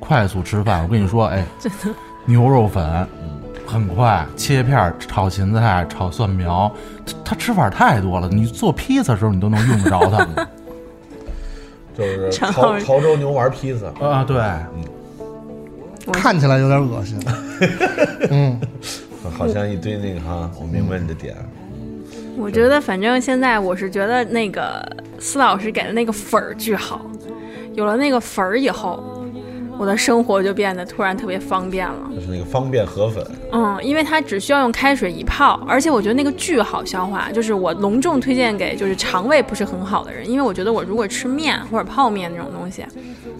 S5: 快速吃饭。我跟你说， 哎，牛肉粉
S3: 嗯
S5: 很快切片儿炒芹菜、炒蒜苗，它它吃法太多了。你做披萨的时候，你都能用得着它。
S3: 就是
S2: 然后
S3: 潮潮州牛丸披萨，
S5: 啊，对，
S1: 看起来有点恶心。嗯，
S3: 好像一堆那个哈，我明白你的点。
S2: 我觉得反正现在我是觉得那个司老师给的那个粉儿巨好，有了那个粉儿以后，我的生活就变得突然特别方便了。
S3: 就是那个方便河粉，
S2: 嗯，因为它只需要用开水一泡，而且我觉得那个巨好消化，就是我隆重推荐给就是肠胃不是很好的人，因为我觉得我如果吃面或者泡面那种东西，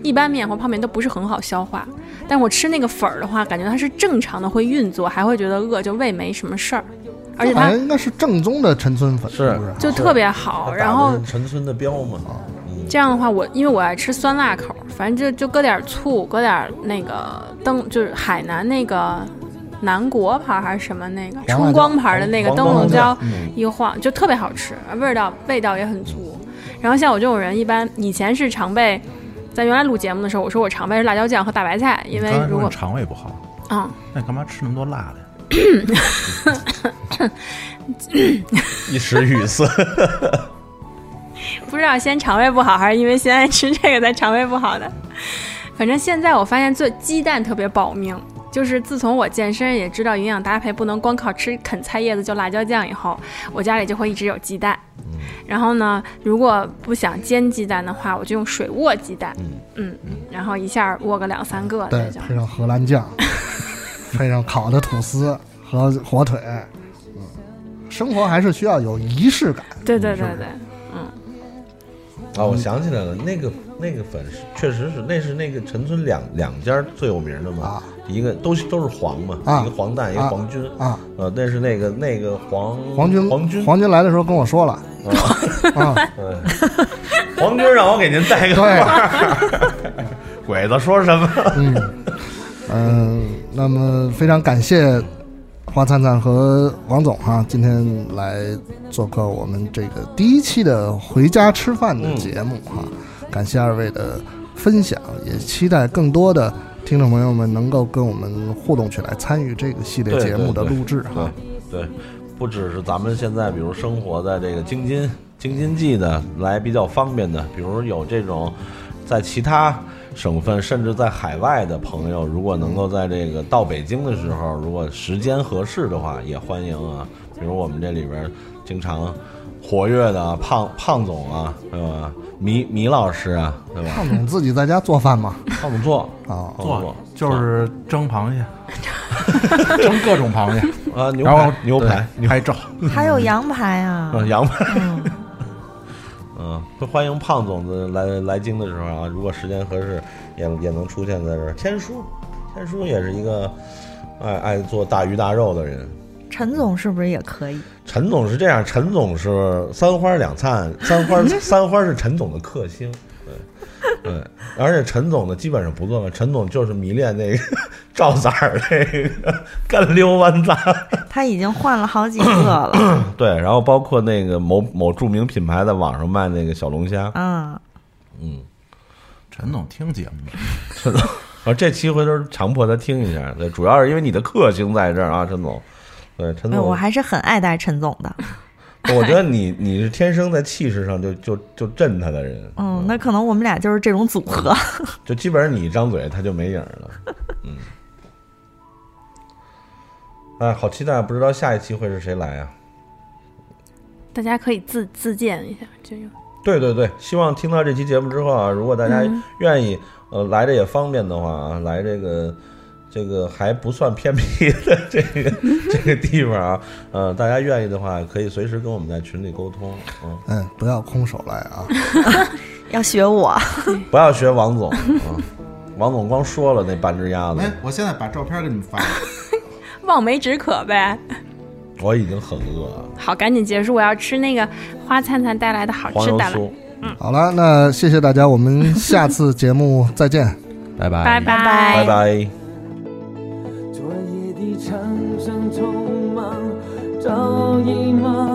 S2: 一般面或泡面都不是很好消化，但我吃那个粉儿的话，感觉它是正常的会运作，还会觉得饿，就胃没什么事儿，而且
S1: 好
S2: 它
S1: 像应该是正宗的陈村粉，
S3: 是
S1: 是啊不是？
S2: 就特别好，
S3: 它
S2: 哦然
S3: 打
S2: 后
S3: 的是陈村的标嘛，
S2: 这样的话，我因为我爱吃酸辣口儿，反正就就搁点儿醋，搁点儿那个灯，就是海南那个南国牌儿还是什么那个
S1: 椒
S2: 冲光牌儿的那个
S3: 黄
S2: 灯
S3: 黄
S2: 笼
S3: 灯
S2: 椒
S3: 笼，
S2: 一晃就特别好吃，味儿道味道也很足。然后像我这种人，一般以前是常备，在原来录节目的时候，我说我常备是辣椒酱和大白菜，因为
S5: 刚才
S2: 如
S5: 说
S2: 果
S5: 你肠胃不好，
S2: 嗯，
S5: 那你干嘛吃那么多辣的呀？
S3: 一时语塞。
S2: 不知道先肠胃不好，还是因为现在吃这个才肠胃不好的。反正现在我发现做鸡蛋特别保命，就是自从我健身也知道营养搭配不能光靠吃啃菜叶子就辣椒酱以后，我家里就会一直有鸡蛋。然后呢，如果不想煎鸡蛋的话，我就用水握鸡蛋，嗯，然后一下握个两三个
S1: 对
S2: 那，种。
S1: 配上荷兰酱，配上烤的吐司和火腿，嗯，生活还是需要有仪式感。
S2: 对对对对，
S3: 啊，我想起来了，那个那个粉是确实是，那是那个陈村两两家最有名的嘛
S1: 啊，
S3: 一个都是都是黄嘛，
S1: 啊
S3: 一个黄蛋，一个
S1: 啊
S3: 黄菌
S1: 啊，
S3: 呃，那是那个那个黄
S1: 黄军，
S3: 黄军
S1: 黄军来的时候跟我说了，啊，
S3: 哎黄军让我给您带个
S1: 对
S3: 话，鬼子说什么？
S1: 嗯、那么非常感谢花灿灿和王总哈、今天来做客我们这个第一期的回家吃饭的节目哈、
S3: 嗯
S1: 感谢二位的分享，也期待更多的听众朋友们能够跟我们互动起来，参与这个系列
S3: 对
S1: 节目的
S3: 对对
S1: 录制哈、
S3: 对对，不只是咱们现在，比如生活在这个京津京津冀的，来比较方便的，比如有这种在其他省份甚至在海外的朋友，如果能够在这个到北京的时候，如果时间合适的话，也欢迎啊。比如我们这里边经常活跃的啊胖胖总啊，对吧？米米老师啊，对吧？
S1: 胖总自己在家做饭 吗？
S3: 胖总做，
S1: 啊，
S3: 胖总做
S5: 就是蒸螃蟹，蒸各种螃蟹，
S3: 啊，牛
S5: 然后
S3: 排牛排
S5: 对
S3: 牛
S5: 拍照，
S3: 嗯
S4: 还有羊排啊，
S3: 啊羊排，
S4: 嗯，
S3: 嗯， 都欢迎胖总子来来京的时候啊，如果时间合适，也也能出现在这儿。天叔，天叔也是一个爱爱做大鱼大肉的人。
S4: 陈总是不是也可以？
S3: 陈总是这样，陈总是三花两灿，三花三花是陈总的克星，对对，而且陈总呢基本上不做饭，陈总就是迷恋那个 赵三儿那个 干溜豌杂，
S4: 他已经换了好几个了，
S3: 对，然后包括那个某某著名品牌在网上卖那个小龙虾，
S4: 嗯，
S3: 嗯，
S5: 陈总听节目吗，
S3: 然哦后这期回头强迫他听一下，对，主要是因为你的克星在这儿啊，陈总，对，陈
S4: 哎
S3: 总，
S4: 我还是很爱戴陈总的，
S3: 我觉得你你是天生在气势上就就就震他的人，
S4: 嗯，那可能我们俩就是这种组合，
S3: 就基本上你一张嘴，他就没影儿了。嗯，哎，好期待，不知道下一期会是谁来啊？
S2: 大家可以自自荐一下，就有
S3: 对对对，希望听到这期节目之后啊，如果大家
S2: 嗯
S3: 愿意，呃，来的也方便的话啊，来这个这个还不算偏僻的这个 这个地方啊，呃，大家愿意的话，可以随时跟我们在群里沟通，嗯，
S1: 嗯，不要空手来啊！
S4: 要学我，
S3: 不要学王总啊、王总光说了那半只鸭
S2: 嗯
S3: 子，
S5: 哎我现在把照片给你们发。
S2: 望梅止渴呗。
S3: 我已经很饿了，
S2: 好，赶紧结束，我要吃那个花灿灿带来的好
S3: 黄
S2: 吃
S3: 油
S2: 的了
S3: 酥。，
S1: 好了，那谢谢大家，我们下次节目再见。
S5: 拜拜
S2: 拜拜
S3: 拜拜
S6: 昨夜的长生匆忙，早已麻